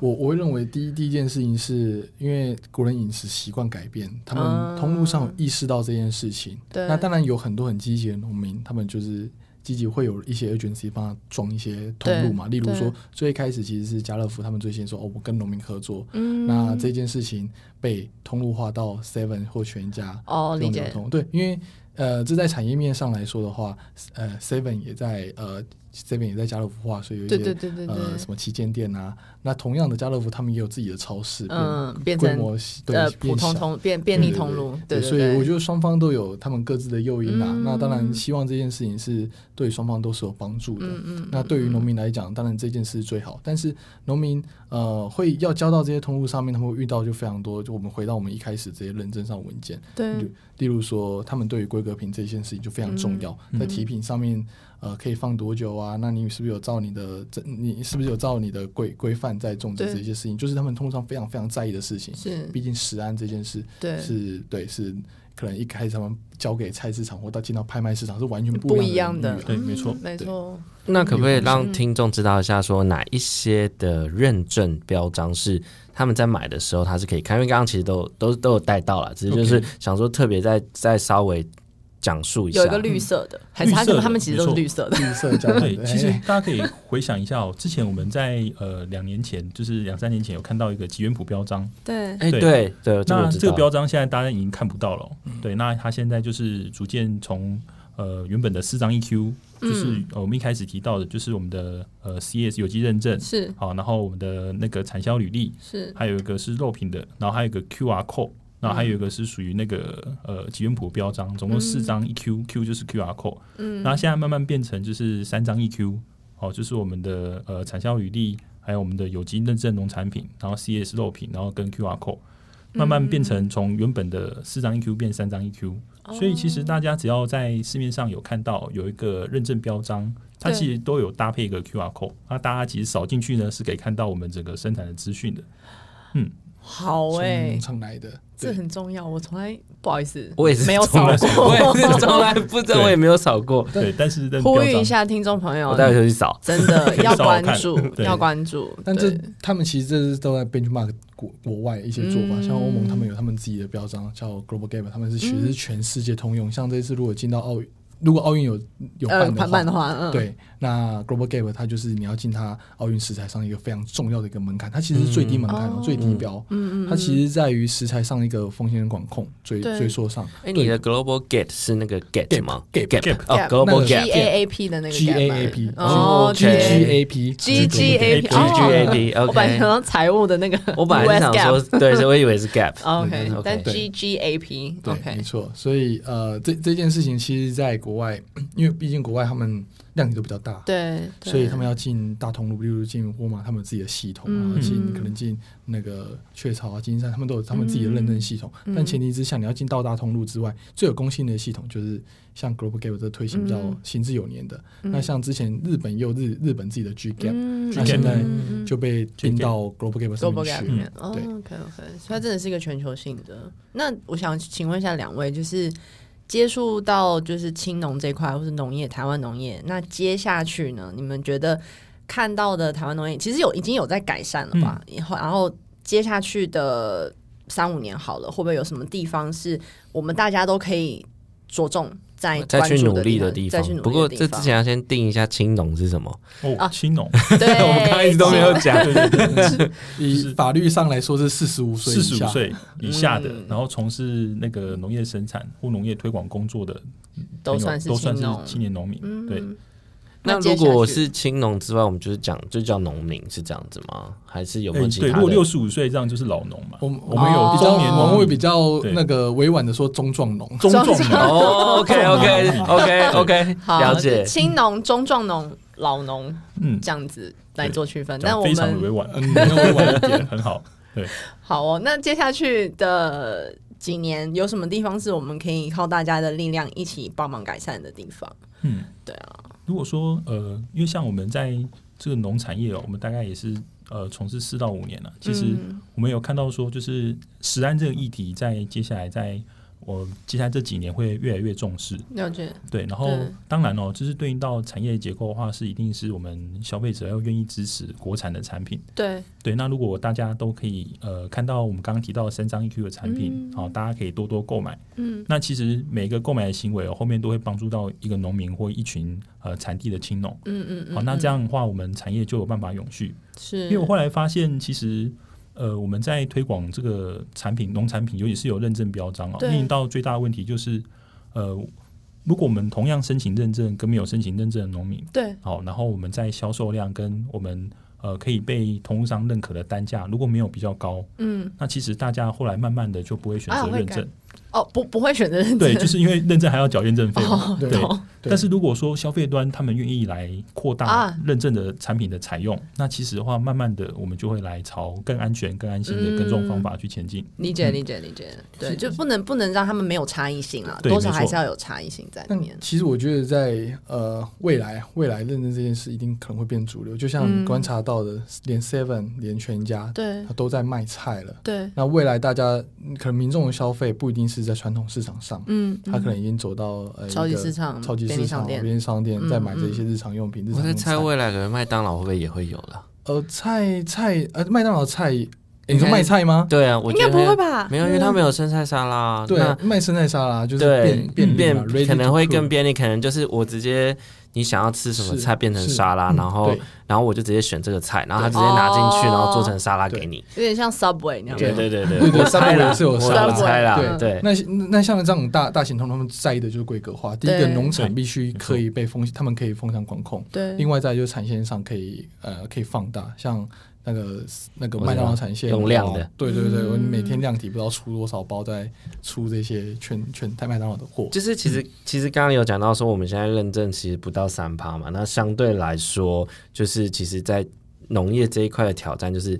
E: 我我会认为第一第一件事情是因为国人饮食习惯改变，他们通路上有意识到这件事情。
C: 对
E: 那当然有很多很积极的农民，他们就是积极会有一些 agency 帮他装一些通路嘛。例
C: 对
E: 如说
C: 对，
E: 最一开始其实是家乐福他们最先说哦，我跟农民合作，那这件事情被通路化到 Seven 或全家
C: 哦，
E: 这
C: 理
E: 种流
C: 解，
E: 通。对，因为呃，这在产业面上来说的话，呃，Seven 也在呃 Seven 也在家乐福化，所以有一些
C: 对对对对对，
E: 呃什么旗舰店啊，那同样的家乐福他们也有自己的超市，变
C: 嗯，变
E: 规
C: 成
E: 模对
C: 呃
E: 变
C: 普通
E: 小
C: 通便便利通路，对对
E: 所以我
C: 对，嗯
E: 觉得双方都有他们各自的诱因啊。那当然，希望这件事情是对双方都是有帮助的。
C: 嗯
E: 那对于农民来讲，当然这件事是最好。但是农民呃会要交到这些通路上面，他们会遇到就非常多。就我们回到我们一开始这些认证上的文件，
C: 对
E: 例例如说他们对于规格品这件事情就非常重要，
C: 嗯
E: 在提品上面呃可以放多久啊？那你是不是有照你的这你是不是有照你的规规范在种植
C: 对
E: 这些事情？就是他们通常非常非常在意的事情。
C: 是，
E: 毕竟食安这件事
C: 对，
E: 是对，是可能一开始他们交给菜市场或到进到拍卖市场是完全
C: 不
E: 一
C: 一
E: 样
C: 样的嗯
E: 领域
D: 对，没
E: 啊
D: 错。
C: 没错，
A: 那可不可以让听众知道一下，说哪一些的认证标章是他们在买的时候他是可以看？因为刚刚其实都都都有带到了，只是就是想说特别再再稍微讲述一下
C: 有一。个绿色的，还是他
D: 绿色的
C: 他们其实都是
D: 没错
C: 绿色的，
E: 绿 色交
D: 对，其实
E: 哎
D: 大家可以回想一下哦，之前我们在呃两年前，就是两三年前有看到一个吉原谱标章，
C: 对，
A: 哎，
D: 对
A: 对对，这个
D: 那
A: 我
D: 这
A: 知
D: 个
A: 道嗯
D: 标。章现在大家已经看不到了哦、对，那它现在就是逐渐从呃原本的四张 EQ，就是、
A: 嗯
D: 呃我们一开始提到的，就是我们的呃 CS 有机认证，
C: 是
D: 好，然后我们的那个产销履历，
C: 是，
D: 还有一个是肉品的，然后还有一个 QR code，
A: 嗯
D: 然后还有一个是属于那个呃吉原谱标章，总共四
A: 嗯
D: 张 EQ，Q、就是 QR code，嗯，然后现在慢慢变成就是三张 EQ，哦，就是我们的呃产销履历，还有我们的有机认证农产品，然后 CS 肉品，然后跟 QR code。慢慢变
B: 嗯
D: 成从原本的四张 EQ 变三张 EQ，、所
B: 哦
D: 以其实大家只要在市面上有看到有一个认证标章，它
C: 对
D: 其实都有搭配一个 QR code，那大家其实扫进去呢是可以看到我们整个生产的资讯的。
C: 好
E: 从
C: 哎
E: 农，场来的，
C: 这
E: 嗯对，
C: 很重要，我从来不好意思，
A: 我也是
C: 没有
A: 从来，
C: 扫过
A: 我 也是从来不 知道，
D: 对
A: 我也没有扫过。
D: 对，但是但
C: 呼
D: 标
C: 吁一
D: 章
C: 下听众朋友
A: 我，待会就去扫。
C: 真的
D: 以
C: 要
D: 稍微
C: 关
D: 看
C: 注，
D: 对
C: 要关注。
E: 但这
C: 对
E: 他们其实这是都在 benchmark 国国外一些做法，
C: 嗯
E: 像欧盟他们有他们自己的标章叫 Global Gap，他们是其
C: 嗯
E: 实是全世界通用。像这次如果进到奥运，如果奥运有有
C: 呃，
E: 办的
C: 盘
E: 话
C: 办的，话，嗯，
E: 对，那 Global Gap 它就是你要进它奥运食材上一个非常重要的一个门槛，它其实是最低门槛、哦
C: 嗯
E: 最低标，嗯嗯它其实在于食材上一个风险管控追
C: 对
E: 追溯上
A: 哎，你的 Global Gate 是那个 Gate 吗
E: Gap，
A: Gap 哦
C: Gap，
A: ，Global
E: 那个
A: Gap
C: ，G A A P 的那个
E: G A A
C: gap
E: P
C: 哦
E: G G A P
C: G G A P
D: G A
A: P，
C: 哦
A: OK
C: 我本来想到财务的那个
A: 我本来是
C: US
A: 想
C: gap
A: 说，对，所以我以为是 Gap。
C: 哦
E: 对
C: OK，
E: 对
A: 嗯对
C: 但
E: 对
C: G G A P
E: 对
C: OK，
E: 没错。所以呃，这这件事情其实在国外， 因为毕竟国外他们量体都比较大，
C: 对，对
E: 所以他们要进大通路，例如进沃尔玛他们自己的系统
C: 嗯
E: 啊，进可能进那个雀巢啊、金山，他们都有他们自己的认证系统。
C: 嗯
E: 但前提之下，你要进到大通路之外，最有公信力的系统就是像 Global Gap 这推行比较
C: 嗯
E: 行之有年的。那像之前日本也有日日本自己的 G Gap，
C: 嗯
E: 那现在
C: 嗯嗯嗯
E: 就被并到 Global Gap 上
B: Global
E: 面
B: Gap 里
E: 去。
B: 面、哦
E: 对
B: ，OK OK，所以它真的是一个全球性的。那我想请问一下两位，就是接触到就是青农这块，或是农业台湾农业，那接下去呢，你们觉得看到的台湾农业其实有已经有在改善了吧？
A: 嗯
B: 以后然后接下去的三五年好了，会不会有什么地方是我们大家都可以着重在
A: 再
B: 关
A: 去
B: 注
A: 努力
B: 的
A: 的地
B: 再
A: 方
B: 去努。力
A: 不过
B: 的地
A: 这
B: 方
A: 之 前要先定一下青农是什 么。
D: 哦
B: 啊，
D: 青农，
B: 对，啊
A: 我们刚刚一直都没有讲，
D: 对对对，
E: 以法律上来说是四十五岁
D: 四
E: 以
D: 十五
E: 下，
D: 岁以下的
B: 嗯，
D: 然后从事那个农业生产或农业推广工作的
B: 都
D: 朋友
B: 算是
D: 都算
B: 青农嗯
D: 是青年农民。对，
B: 那
A: 那
B: 接
A: 如
B: 下
A: 果我
B: 去
A: 是青农之外，我们就是讲就叫农民是这样子吗？还是有没有
D: 哎
A: 其
D: 对，
A: 他
D: 如果
A: 的
D: 六？十五岁这样就是老农嘛，
E: 我们
D: 我们有
B: 哦
E: 比较
D: 中年
E: 我们
D: 农
E: 会
D: 民
E: 比较
D: 对
E: 那个委婉的说中壮农，
D: 中 壮农，
A: 哦，OK OK OK OK，
B: 好
A: 了解。
B: 青农、中壮农、老农
D: 嗯，
B: 这样子来做区分。
D: 讲
B: 那
D: 得
B: 我
D: 非常的委
B: 们
D: 婉，
E: 嗯，没有委 婉一点。
D: 很好。
B: 好哦，那接下去的几年有什么地方是我们可以靠大家的力量一起帮忙改善的地方？
D: 嗯，
B: 对啊，
D: 如果说呃，因为像我们在这个农产业哦，我们大概也是呃从事四到五年了。其实
B: 嗯
D: 我们有看到说，就是食安这个议题，在接下来在呃我接下来这几年会越来越重视。
B: 了解，
D: 对，然后
B: 对
D: 当然哦，就是对应到产业结构的话，是一定是我们消费者要愿意支持国产的产品。
B: 对，
D: 对，那如果大家都可以呃看到我们刚刚提到的三张 EQ 的产品，好、大家可以多多购买。
B: 嗯，
D: 那其实每一个购买的行为、哦，后面都会帮助到一个农民或一群呃产地的青农。
B: 嗯嗯嗯，
D: 好、那
B: 嗯
D: 这样的话，我们产业就有办法永续。
B: 是，
D: 因为我后来发现，其实呃我们在推广这个产品，农产品尤其是有认证标章哦，
B: 对
D: 面临到最大的问题就是呃。如果我们同样申请认证跟没有申请认证的农民，
B: 对
D: 好，然后我们在销售量跟我们呃可以被通路商认可的单价，如果没有比较高，
B: 嗯，
D: 那其实大家后来慢慢的就不会选
B: 啊
D: 择
B: 会
D: 认
B: 改
D: 证，
B: 哦，不不会选择认
D: 对，
B: 真
D: 就是因为认证还要缴验证费嘛。
B: 哦，
E: 对
B: 懂
E: 对
D: 但是如果说消费端他们愿意来扩大
B: 啊
D: 认证的产品的采用，那其实的话，慢慢的我们就会来朝更安全、更安心的耕种方法去前进。
B: 理解理解理解，对，就不能不能让他们没有差异性啊，
D: 对
B: 多少
D: 没错
B: 还是要有差异性在里
E: 但
B: 面。
E: 其实我觉得在呃未来，未来认证这件事一定可能会变主流，就像
B: 嗯
E: 你观察到的，连 Seven 连全家
B: 对
E: 它都在卖菜了。
B: 对，
E: 那未来大家嗯可能民众的消费不一定是在传统市场上，
B: 嗯，
E: 他可能已经走到
D: 嗯
E: 呃
B: 超级
E: 一个
B: 市场
E: 超级
B: 便
E: 市
B: 利商
E: 场、
B: 店
E: 便利商店
B: 嗯
E: 在买这些日常用品、
A: 嗯
E: 日
A: 我
E: 常
A: 在
E: 用
A: 猜
E: 菜。
A: 未来可能麦当劳会不会也会有了？
E: 呃，菜菜呃，麦当劳菜，诶你
A: 应
E: 说
A: 该
E: 卖菜吗？
A: 对啊，我
B: 应
A: 觉
B: 该
A: 得
B: 不会吧？
A: 没有，因为它没有生菜沙拉啊。
E: 对
A: 那，
E: 卖生菜沙拉就是
A: 对嗯
E: 变便利嘛 ready
A: 可能
E: to
A: 会
E: cook
A: 更便利，可能就是我直接你想要吃什么
E: 是
A: 菜变成
E: 是
A: 沙拉，
E: 嗯
A: 然后
E: 对
A: 然后我就直接选这个菜，然后他直
E: 对
A: 接拿进去，
B: 哦
A: 然后做成沙拉
E: 对
A: 给你。
B: 有点像 Subway 那样。
A: 对
E: 对
A: 对对对，
E: 对对
A: 我猜
E: Subway
A: 啦
E: 是有
A: 我
E: 沙拉
A: 我猜啦，
B: 对
A: 对，
E: 那些那那像这种大大型通，他们在意的就是规格化。第一个，
B: 对
E: 农产
D: 对
E: 必须可以被风，他们可以风向管控；
B: 对
E: 另外再来就是产线上可以呃可以放大，像那个那个
A: 我知道
E: 麦当劳产线
A: 用量的
E: 然后对对对，
B: 嗯
E: 我每天量体不知道出多少包在出这些全全台麦当劳的货。
A: 就是其实其实刚刚有讲到说，我们现在认证其实不到三趴嘛，那相对来说，就是其实，在农业这一块的挑战，就是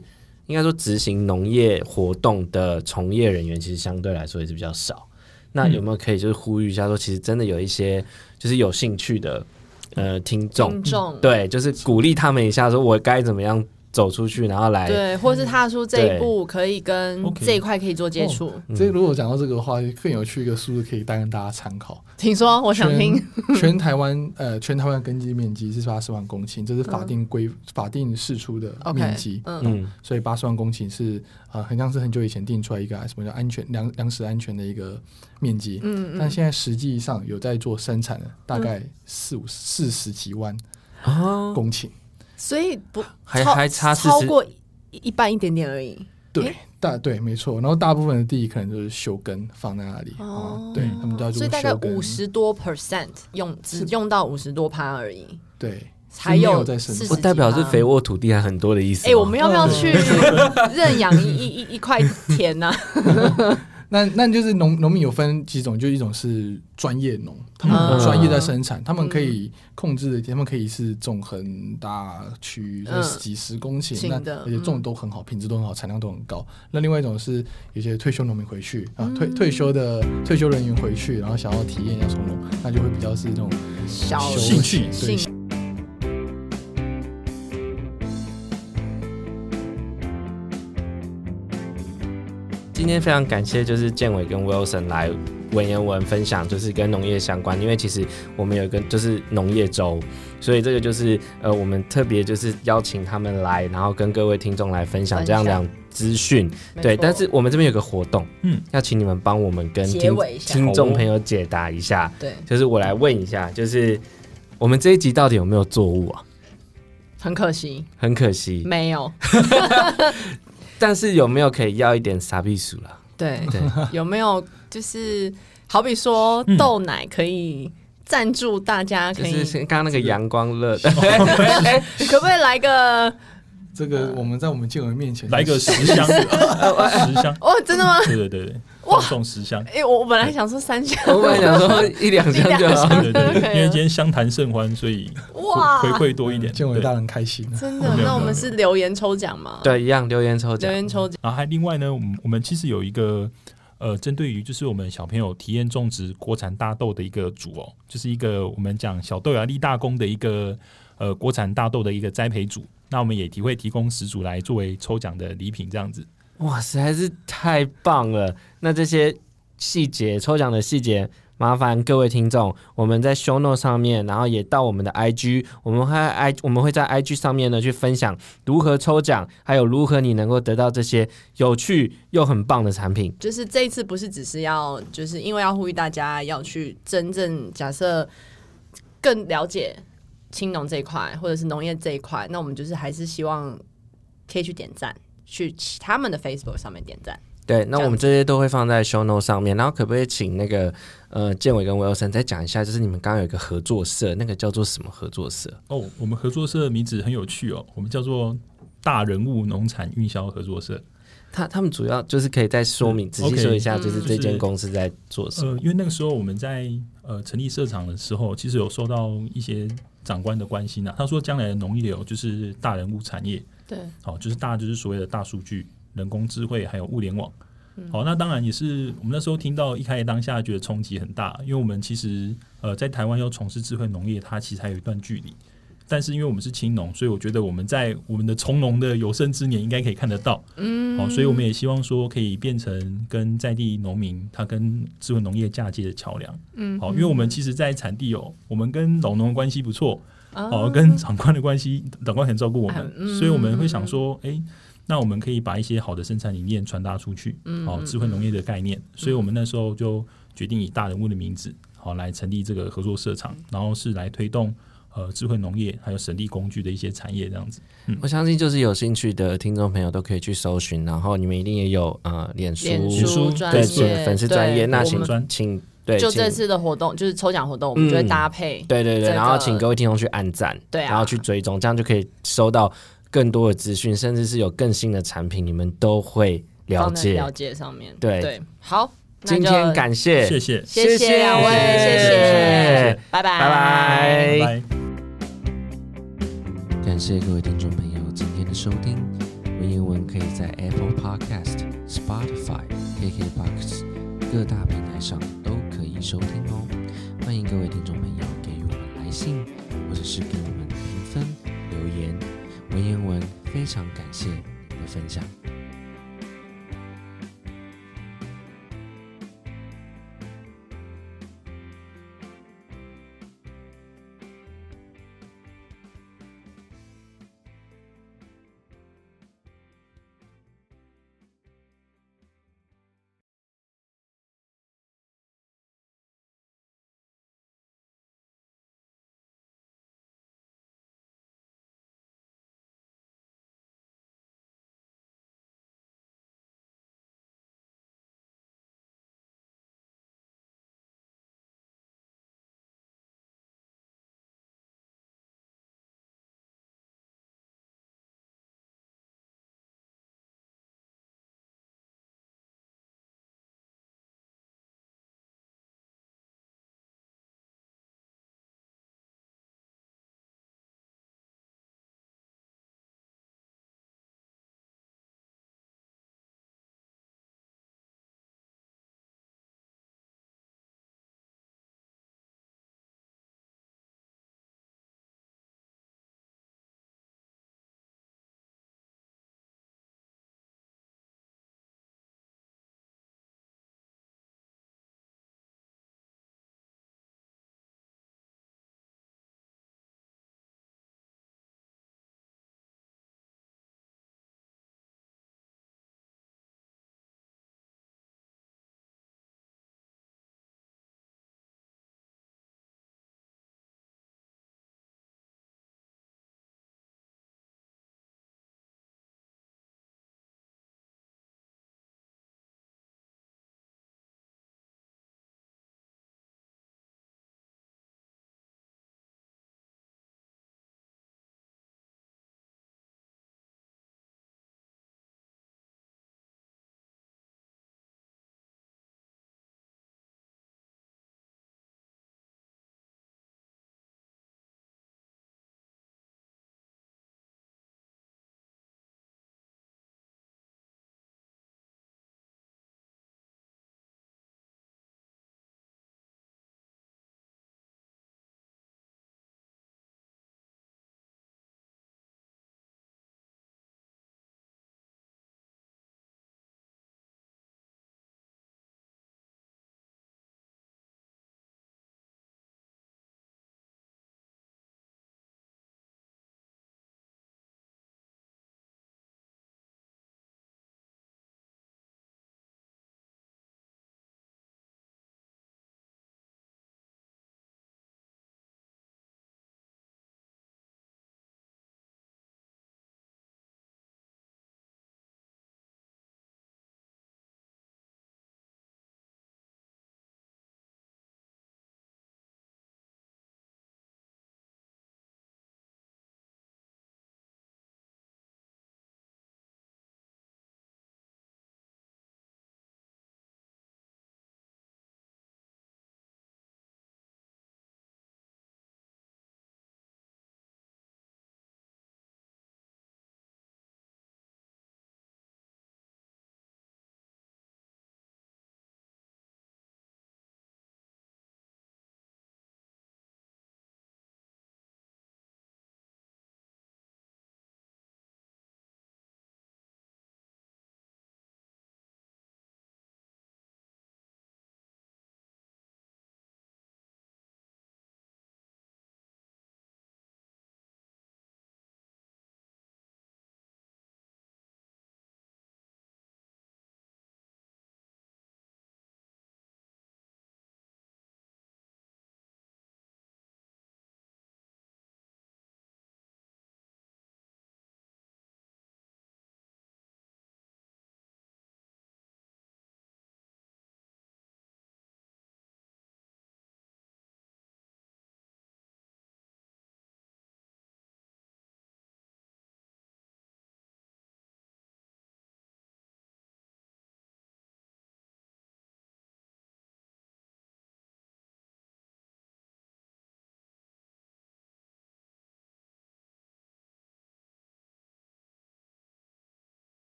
A: 应该说执行农业活动的从业人员，其实相对来说也是比较少。那有没有可以就是呼吁一下说，其实真的有一些就是有兴趣的呃听众
B: 听，众
A: 对，就是鼓励他们一下，说我该怎么样走出去，然后
E: 哎
A: 来
B: 对，或是踏出这一步，可以跟
D: OK
B: 这一块可以做接触。
A: 嗯
E: 所以如果讲到这个的话，更有趣一个数字可以带跟大家参考。
B: 请说，我想听。
E: 全全台湾呃，全台湾耕地面积是八十万公顷，这是法定规、法定释出的
B: OK，
E: 面积。
B: 嗯，
A: 嗯
E: 所以八十万公顷是啊、呃很像是很久以前定出来一个什么叫安全粮粮食安全的一个面积。
B: 嗯
E: 但现在实际上有在做生产的，大概四五四十几万
A: 啊，
E: 公顷，
B: 所以不
A: 还
B: 超
A: 还差四
B: 超
A: 十
B: 过一一半一点点而已。
E: 对，大对，没错。然后大部分的地可能就是休耕放在那里，
B: 哦
E: 啊，对他们叫做
B: 所以大概
E: 休耕，
B: 五十多 percent 用，只
E: 是
B: 用到五十多趴而已，
E: 对，
B: 还
E: 是没有
B: 有
E: 在生
B: 40
E: 产
A: 不代表是肥沃土地还很多的意思吗。
B: 哎，我们要不要
E: 嗯
B: 去认养一一一一块田啊 呢？
E: 那那就是农农民有分几种，就一种是专业农，他们
B: 嗯
E: 很专业在生产，他们可以控制的，他们可以是种很大区，
B: 嗯
E: 就是几十公顷，
B: 行
E: 那
B: 的嗯
E: 而且种得都很好，品质都很好，产量都很高。那另外一种是有些退休农民回去啊，
B: 嗯
E: 退退休的退休人员回去，然后想要体验一下从农，那就会比较是那种
B: 小
E: 休
D: 兴趣
E: 对
B: 兴
A: 今天非常感谢就是建伟跟 Wilson 来文言文分享，就是跟农业相关，因为其实我们有一个就是农业周，所以这个就是呃我们特别就是邀请他们来，然后跟各位听众来分享
C: 分
A: 这样
C: 享
A: 两资讯。
C: 没
A: 对，
C: 错
A: 但是我们这边有个活动，嗯
D: 嗯，
A: 要请你们帮我们跟
C: 结
A: 听
C: 尾一下
A: 听众朋友解答一下，
C: 对，
A: 就是我来问一下，就是我们这一集到底有没有作物啊？
C: 很可惜
A: 很可惜，
C: 没有。
A: 但是有没有可以要一点傻避暑了？
C: 对，
A: 对， 嗯
C: 有没有就是好比说豆奶可以赞助大家，可
A: 就
C: 以、
A: 是刚刚那个阳光乐，
C: 可不可以来个？
E: 这个我们在我们建文面前
D: 呃来个十箱，十箱，
C: 哦，真的吗？
D: 对对对对，
C: 哇
D: 放送十箱，
C: 哎、我我本来想说 三箱，
A: 我本来想说一两张就好。
D: 对对对，
C: 可以了
D: 因为今天相谈甚欢，所以
B: 啊
C: 哇，
D: 回馈多一点。
E: 建伟
D: 对
E: 大人开心了。
C: 真的？那我们是留言抽奖吗？，
A: 对，一样留言抽奖
C: 留，言抽奖。
D: 然后还另外呢，我们我们其实有一个呃，针对于就是我们小朋友体验种植国产大豆的一个组哦，就是一个我们讲小豆芽立大功的一个呃国产大豆的一个栽培组。那我们也提会提供十组来作为抽奖的礼品，这样子。
A: 哇，实在是太棒了！那这些细节，抽奖的细节，麻烦各位听众，我们在 show note 上面，然后也到我们的 IG，我们会 i 我们会在 IG 上面呢去分享如何抽奖，还有如何你能够得到这些有趣又很棒的产品。
C: 就是这一次不是只是要，就是因为要呼吁大家要去真正假设更了解青农这一块，或者是农业这一块，那我们就是还是希望可以去点赞，去他们的 Facebook 上面点赞。
A: 对，那
C: 这样
A: 我们这些都会放在 show note 上面，然后可不可以请那个呃建伟跟 Wilson 再讲一下，就是你们刚刚有一个合作社，那个叫做什么合作社？
D: 哦，我们合作社的名字很有趣哦，我们叫做大人物农产运销合作社。
A: 他他们主要就是可以再说明，仔细
D: OK，
A: 说一下，就是
D: 嗯
A: 这
D: 就
A: 间
D: 是
A: 公司在做什么。
D: 呃，因为那个时候我们在呃成立社场的时候，其实有受到一些长官的关心啊，他说将来的农业哦，就是大人物产业，
C: 对，
D: 好、就是大就是所谓的大数据、人工智慧还有物联网。好、那当然也是我们那时候听到一开始当下觉得冲击很大，因为我们其实呃在台湾要从事智慧农业，它其实还有一段距离。但是因为我们是青农，所以我觉得我们在我们的从农的有生之年应该可以看得到。嗯，好、所以我们也希望说可以变成跟在地农民，他跟智慧农业嫁接的桥梁。嗯，好、因为我们其实，在产地哦，我们跟老农的关系不错，哦，跟长官的关系，长官很照顾我们，所以我们会想说，哎、那我们可以把一些好的生产理念传达出去，好、智慧农业的概念，所以我们那时候就决定以大人物的名字，好、来成立这个合作社场，然后是来推动呃智慧农业还有省力工具的一些产业这样子。
A: 我相信就是有兴趣的听众朋友都可以去搜寻，然后你们一定也有呃脸书、
C: 脸
D: 脸
C: 书
D: 书
C: 专
A: 对
C: 业
A: 粉粉丝专业，
C: 对
A: 那
C: 我
A: 请
C: 们
D: 专
A: 请对
C: 就
A: 请嗯
C: 这次的活动，就是抽奖活动，我们就会搭配。
A: 对对
C: 这
A: 对，
C: 个
A: 然后请各位听众去按赞，
C: 对啊
A: 然后去追踪，这样就可以收到更多的资讯，甚至是有更新的产品，你们都会了
C: 放在
A: 解。
C: 了解上面，
A: 对
C: 好，那
A: 今
C: 就
A: 天感谢，
D: 谢谢，
C: 谢
A: 谢谢
C: 谢两位，
A: 谢
C: 谢
A: 谢
C: 谢，
A: 拜
C: 拜拜，
A: 拜。
D: 拜拜。
A: 感谢各位听众朋友今天的收听。文言文可以在 Apple Podcast、Spotify、KKBox 各大平台上都可以收听哦。欢迎各位听众朋友给予我们来信，或者是给我们评分、留言。文言文非常感谢你的分享，